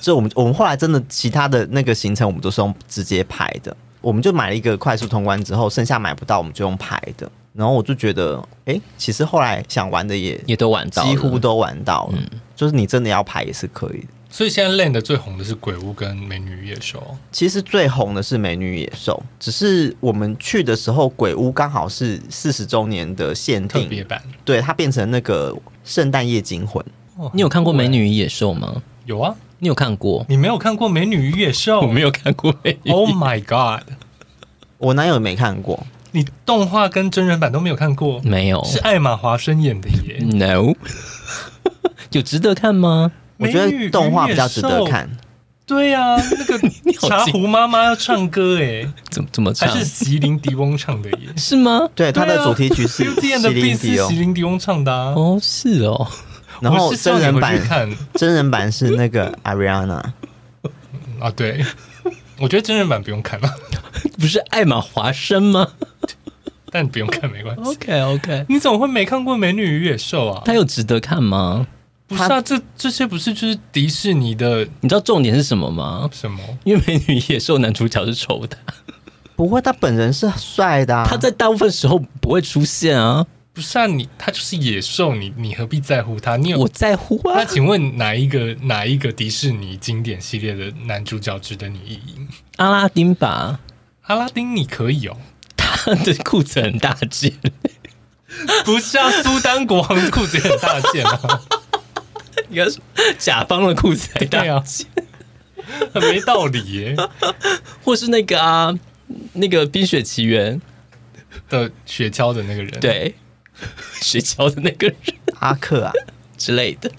Speaker 3: 就我们我们后来真的其他的那个行程，我们都是用直接排的。我们就买了一个快速通关之后，剩下买不到我们就用排的。然后我就觉得，诶，其实后来想玩的也
Speaker 1: 也都晚到了，
Speaker 3: 几乎都玩到了，就是你真的要排也是可以的。
Speaker 2: 所以现在 Land 最红的是鬼屋跟美女与野兽，
Speaker 3: 其实最红的是《美女与野兽》，只是我们去的时候，鬼屋刚好是四十周年的限
Speaker 2: 特别
Speaker 3: 定，
Speaker 2: 版
Speaker 3: 对，它变成那个圣诞夜惊魂。
Speaker 1: 你有看过《美女与野兽》吗？
Speaker 2: 有啊？
Speaker 1: 你有看过？
Speaker 2: 你没有看过美女与野兽？
Speaker 1: 我没有看过《美女
Speaker 2: Oh my god！
Speaker 3: 我男友也没看过，
Speaker 2: 你动画跟真人版都没有看过，
Speaker 3: 嗯
Speaker 1: 没
Speaker 3: 哦
Speaker 1: 有
Speaker 2: 是艾玛华生演的耶。
Speaker 1: ，No，有值得看吗？
Speaker 3: 我觉
Speaker 2: 美女与
Speaker 3: 得
Speaker 2: 野
Speaker 3: 动画比较值得
Speaker 2: 兽。
Speaker 3: 看。
Speaker 2: 对啊，那 个
Speaker 1: 好
Speaker 2: 茶
Speaker 1: 近
Speaker 2: 壶妈妈要唱歌哎，
Speaker 1: 怎么怎么
Speaker 2: 还
Speaker 1: 唱？
Speaker 2: 是席琳迪翁唱的耶。
Speaker 1: 是吗？
Speaker 3: 对，它的主题曲 是
Speaker 2: Beauty
Speaker 3: 席
Speaker 2: and the
Speaker 3: 琳
Speaker 2: Beast
Speaker 3: 迪
Speaker 2: 是
Speaker 3: 翁
Speaker 2: 席，琳迪翁唱的啊。
Speaker 1: 哦，是哦，
Speaker 3: 然后
Speaker 2: 我是叫
Speaker 3: 真
Speaker 2: 你
Speaker 3: 人
Speaker 2: 回去
Speaker 3: 版
Speaker 2: 看
Speaker 3: 真人版是那 个 Ariana，
Speaker 2: 啊，对， 我觉得真人版不用看了，
Speaker 1: 不是艾玛华生吗
Speaker 2: 但不用看没关
Speaker 3: 哦
Speaker 2: 系。
Speaker 1: ？OK OK，
Speaker 2: 你怎么会没看过《美女与野兽》啊？
Speaker 1: 它有值得看吗？
Speaker 2: 不是啊，这这些不是就是迪士尼的
Speaker 1: 你知道重点是什么吗？
Speaker 2: 什么？
Speaker 1: 因为《美女与野兽》男主角是丑的，
Speaker 3: 不会，他本人是帅的、啊。
Speaker 1: 他在大部分时候不会出现啊。
Speaker 2: 不是啊，你他就是野兽，你你何必在乎他？你有
Speaker 1: 我在乎
Speaker 2: 那
Speaker 1: 啊，
Speaker 2: 请问哪一个哪一个迪士尼经典系列的男主角值得你意淫？
Speaker 1: 阿拉丁吧，
Speaker 2: 阿拉丁你可以哦，
Speaker 1: 他的裤子很大 件，
Speaker 2: 不是啊，苏丹国王的裤子也很大件啊，
Speaker 1: 应该是甲方的裤子还大
Speaker 2: 对啊
Speaker 1: 件，
Speaker 2: 很没道理耶
Speaker 1: 或是那个啊，那个《冰雪奇缘》
Speaker 2: 的雪橇的那个人，，
Speaker 1: 对 雪橇的那个人
Speaker 3: 阿克啊，
Speaker 1: 之类的，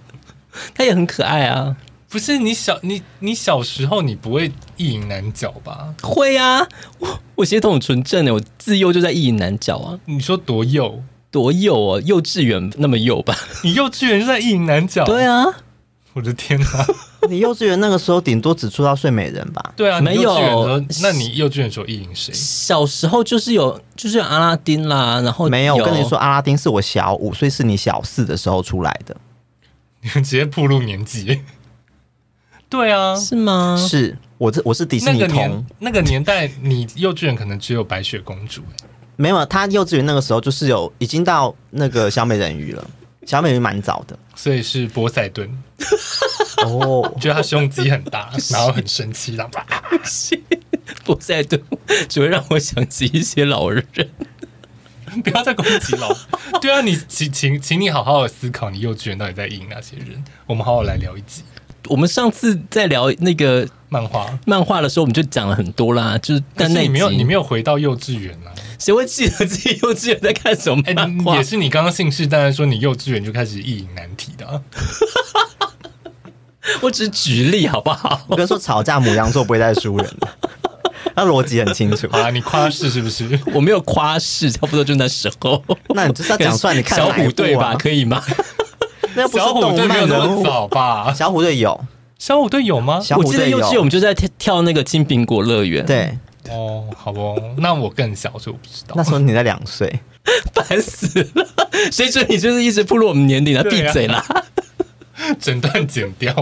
Speaker 1: 他也很可爱啊。
Speaker 2: 不是你小你你小时候你不会意淫男角吧？
Speaker 1: 会啊，我我血统很纯正欸的，我自幼就在意淫男角啊，
Speaker 2: 你说多幼？
Speaker 1: 多幼哦，幼稚园那么幼吧？
Speaker 2: 你幼稚园就在意淫男角？
Speaker 1: 对
Speaker 2: 啊，
Speaker 1: 啊，
Speaker 2: 我的天哪、
Speaker 3: 你幼稚园那个时候顶多只出到睡美人吧？
Speaker 2: 对啊，
Speaker 1: 没有
Speaker 2: 你幼稚园的时候，那你幼稚园的时候意淫谁？
Speaker 1: 小时候就是有就是有阿拉丁啦，然后
Speaker 3: 没有，我跟你说，，阿拉丁是我小五，所以是你小四的时候出来的。
Speaker 2: 你们直接暴露年纪。对啊，
Speaker 1: 是吗？
Speaker 3: 是我这我是迪士
Speaker 2: 那
Speaker 3: 尼
Speaker 2: 个
Speaker 3: 通
Speaker 2: 年，那个年代，你幼稚园可能只有白雪公主、
Speaker 3: 没有他幼稚园那个时候就是有已经到那个小美人鱼了，小美人鱼蛮早的
Speaker 2: 所以是波塞顿，
Speaker 3: 哦。
Speaker 2: 觉得他胸肌很大，然后很生气，然后 啪
Speaker 1: 波塞冬只会让我想起一些老人。
Speaker 2: 不要再攻击老。对啊，你请请请你好好的思考，你幼稚园到底在意淫哪些人？我们好好来聊一集
Speaker 1: 我们上次在聊那个
Speaker 2: 漫画。
Speaker 1: 漫画的时候，我们就讲了很多啦，就是但
Speaker 2: 可
Speaker 1: 那
Speaker 2: 是
Speaker 1: 一
Speaker 2: 你没有，
Speaker 1: 集
Speaker 2: 你没有回到幼稚园啊！
Speaker 1: 谁会记得自己幼稚园在看什么
Speaker 2: 哎、
Speaker 1: 漫
Speaker 2: 你
Speaker 1: 画？
Speaker 2: 也是你刚刚信誓旦旦说你幼稚园就开始意淫难题的、啊，
Speaker 1: 我只是举例好不好？
Speaker 3: 我跟你说，吵架母羊座不会再输人的，他逻辑很清楚
Speaker 2: 好。啦，啊你夸饰是不是？
Speaker 1: 我没有夸饰，差不多就那时候。
Speaker 3: 那你就是要讲出来，你看
Speaker 1: 小
Speaker 3: 哪一
Speaker 1: 虎队
Speaker 3: 部
Speaker 1: 吧，
Speaker 3: 啊？
Speaker 1: 可以吗？
Speaker 3: 那又不是
Speaker 2: 小虎队
Speaker 3: 动
Speaker 2: 没有
Speaker 3: 漫
Speaker 2: 那
Speaker 3: 人
Speaker 2: 么
Speaker 3: 物。
Speaker 2: 早啊吧？
Speaker 3: 小虎队有，
Speaker 2: 小虎队有吗？
Speaker 3: 小
Speaker 1: 我
Speaker 3: 虎
Speaker 1: 记得
Speaker 3: 队
Speaker 1: 幼稚园我
Speaker 3: 有
Speaker 1: 们，就在跳跳那个青苹果乐
Speaker 2: 嗯
Speaker 1: 园，，
Speaker 3: 对，
Speaker 2: 哦，好哦，那我更小，所以我不知道
Speaker 3: 那。时候你才两岁。
Speaker 1: 烦死了。谁准你就是一直步入我们年龄了？
Speaker 2: 对
Speaker 1: 闭
Speaker 2: 啊
Speaker 1: 嘴啦！
Speaker 2: 整段剪掉。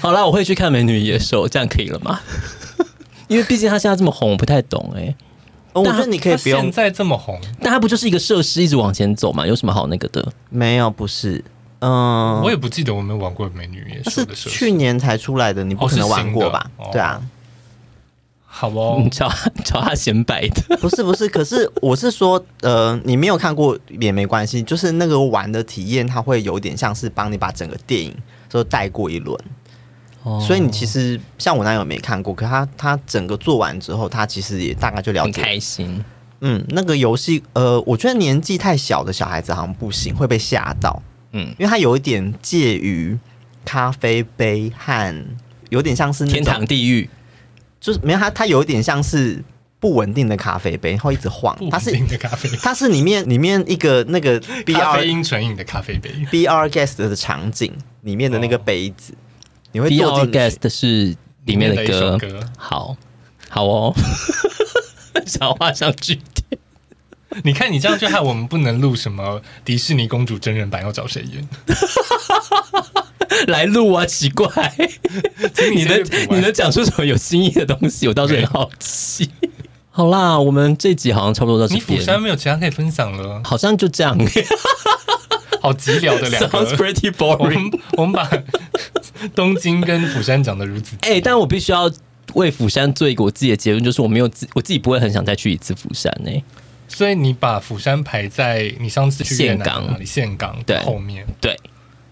Speaker 1: 好啦，我会去看《美女与野兽》，这样可以了 吗？因为毕竟他现在这么红，我不太懂哎、
Speaker 3: 哦我
Speaker 1: 但
Speaker 3: 觉得你可以
Speaker 2: 他
Speaker 3: 不用
Speaker 2: 现在这么红，
Speaker 1: 但他不就是一个设施一直往前走嘛？有什么好那个的？
Speaker 3: 没有，不是，嗯，
Speaker 2: 我也不记得我没有玩过美女野
Speaker 3: 那
Speaker 2: 兽
Speaker 3: 是
Speaker 2: 的设
Speaker 3: 去
Speaker 2: 施。
Speaker 3: 年才出来的，你不可能玩过吧？
Speaker 2: 哦是新的哦
Speaker 3: 对啊，
Speaker 2: 好哦
Speaker 3: 嗯
Speaker 1: 你，找他找他显摆的，
Speaker 3: 不是不是，可是我是说，呃，你没有看过也没关系，就是那个玩的体验，它会有点像是帮你把整个电影都带过一轮。
Speaker 1: 哦
Speaker 3: 所以你其实像我男友没看过，可他他整个做完之后，他其实也大概就了
Speaker 1: 很
Speaker 3: 解。
Speaker 1: 开心。
Speaker 3: 嗯，那个游戏，呃，我觉得年纪太小的小孩子好像不行，会被吓到。
Speaker 1: 嗯
Speaker 3: 嗯，因为它有一点介于咖啡杯和有点像是那种
Speaker 1: 天堂地狱，
Speaker 3: 就是没有它，它有一点像是不稳定的咖啡杯，它会一直晃
Speaker 2: 不。
Speaker 3: 它
Speaker 2: 稳
Speaker 3: 是
Speaker 2: 定的咖啡，
Speaker 3: 它是里面里面一个那个 B
Speaker 2: 咖
Speaker 3: R
Speaker 2: 啡因纯饮的咖啡杯，
Speaker 3: B R guest 的场景里面的
Speaker 2: 哦
Speaker 3: 那个杯子，你会
Speaker 1: B R
Speaker 3: 坐进去。
Speaker 1: Guest 是里面的
Speaker 2: 一首
Speaker 1: 歌，
Speaker 2: 歌。
Speaker 1: 好好哦， 想画上句点。
Speaker 2: 你看你这样就害我们不能录什么迪士尼公主真人版，要找谁演？
Speaker 1: 来录啊，奇 怪，
Speaker 2: 请
Speaker 1: 你能
Speaker 2: 先去补完啊
Speaker 1: 你能讲出什么有新意的东西？我倒是很好奇。 好啦，我们这集好像差不多到这
Speaker 2: 你釜山
Speaker 1: 边，
Speaker 2: 没有其他可以分享了，
Speaker 1: 好像就这样。
Speaker 2: 好寂寥的两
Speaker 1: Sounds
Speaker 2: 个。
Speaker 1: pretty
Speaker 2: 我
Speaker 1: boring
Speaker 2: 们。我们把东京跟釜山讲的如此，
Speaker 1: 哎、但我必须要为釜山做一个我自己的结论，就是我没有自我自己不会很想再去一次釜山欸呢、
Speaker 2: 所以你把釜山排在你上次去越
Speaker 1: 岘
Speaker 2: 南
Speaker 1: 港
Speaker 2: 的哪里岘港
Speaker 1: 对
Speaker 2: 后面，
Speaker 1: 对，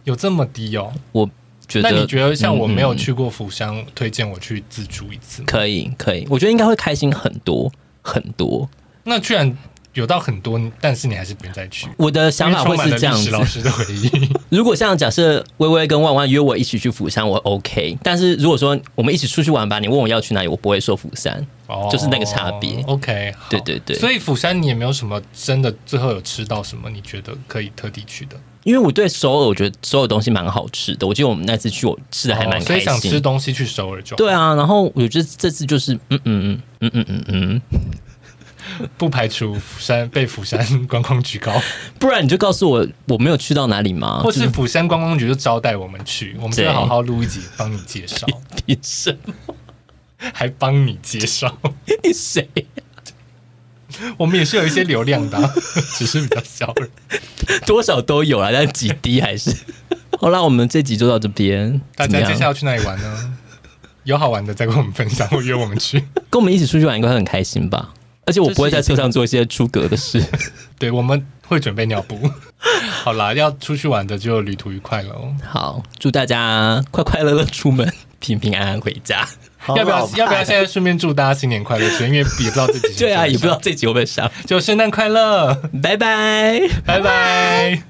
Speaker 2: 有这么低哦？
Speaker 1: 我觉
Speaker 2: 那
Speaker 1: 得
Speaker 2: 你觉得像我没有
Speaker 1: 嗯嗯
Speaker 2: 去过釜山，推荐我去自助一次
Speaker 1: 嗯
Speaker 2: 吗？
Speaker 1: 可以可以，我觉得应该会开心很多很多。
Speaker 2: 那居然有到很多，但是你还是不再去，
Speaker 1: 我的想法
Speaker 2: 因为
Speaker 1: 会
Speaker 2: 充满了
Speaker 1: 是这样
Speaker 2: 历史
Speaker 1: 子
Speaker 2: 老。师的回忆，
Speaker 1: 如果像假设微微跟万万约我一起去釜山，我 OK。但是如果说我们一起出去玩吧，你问我要去哪里，我不会说釜山。
Speaker 2: 哦
Speaker 1: 就是那个差别
Speaker 2: OK，好
Speaker 1: 对对对
Speaker 2: 所以釜山你也没有什么真的最后有吃到什么，你觉得可以特地去的？
Speaker 1: 因为我对首尔，我觉得首尔东西蛮好吃的。我记得我们那次去，我吃的还蛮
Speaker 2: 哦所
Speaker 1: 开
Speaker 2: 以想
Speaker 1: 心。
Speaker 2: 吃东西去首尔就好
Speaker 1: 对啊，然后我觉得这次就是嗯嗯嗯嗯嗯嗯
Speaker 2: 不排除釜山被釜山 观光局告，
Speaker 1: 嗯，不然你就告诉我我没有去到哪里吗？
Speaker 2: 或是釜山观光哦局就招待我们去，我们
Speaker 1: 对
Speaker 2: 再好好录一集帮你介 绍，
Speaker 1: 你什么？
Speaker 2: 还帮你介绍，
Speaker 1: 你谁？
Speaker 2: 我们也是有一些流量的啊、 只是比较小 而已。
Speaker 1: 多少都有啦，啊但几滴还 是。好啦，我们这集就到这边。
Speaker 2: 大
Speaker 1: 怎
Speaker 2: 家
Speaker 1: 么样
Speaker 2: 接下来要去哪里玩呢？有好玩的再跟我们分享，或约我们 去。
Speaker 1: 跟我们一起出去玩，应该会很开心吧？而且我不会在车上做一些出格的事。
Speaker 2: 对，我们会准备尿布。 好啦，要出去玩的就旅途愉快喽。
Speaker 1: 好，祝大家快快乐乐出门，平平安安回家。
Speaker 3: 好
Speaker 2: 要不要
Speaker 3: 老派
Speaker 2: 要不要现在顺便祝大家新年快乐？因为也不知道自 己
Speaker 1: 啊对啊，也不知道这集会不会上。
Speaker 2: 就圣诞快乐，
Speaker 1: 拜拜。
Speaker 2: 拜拜。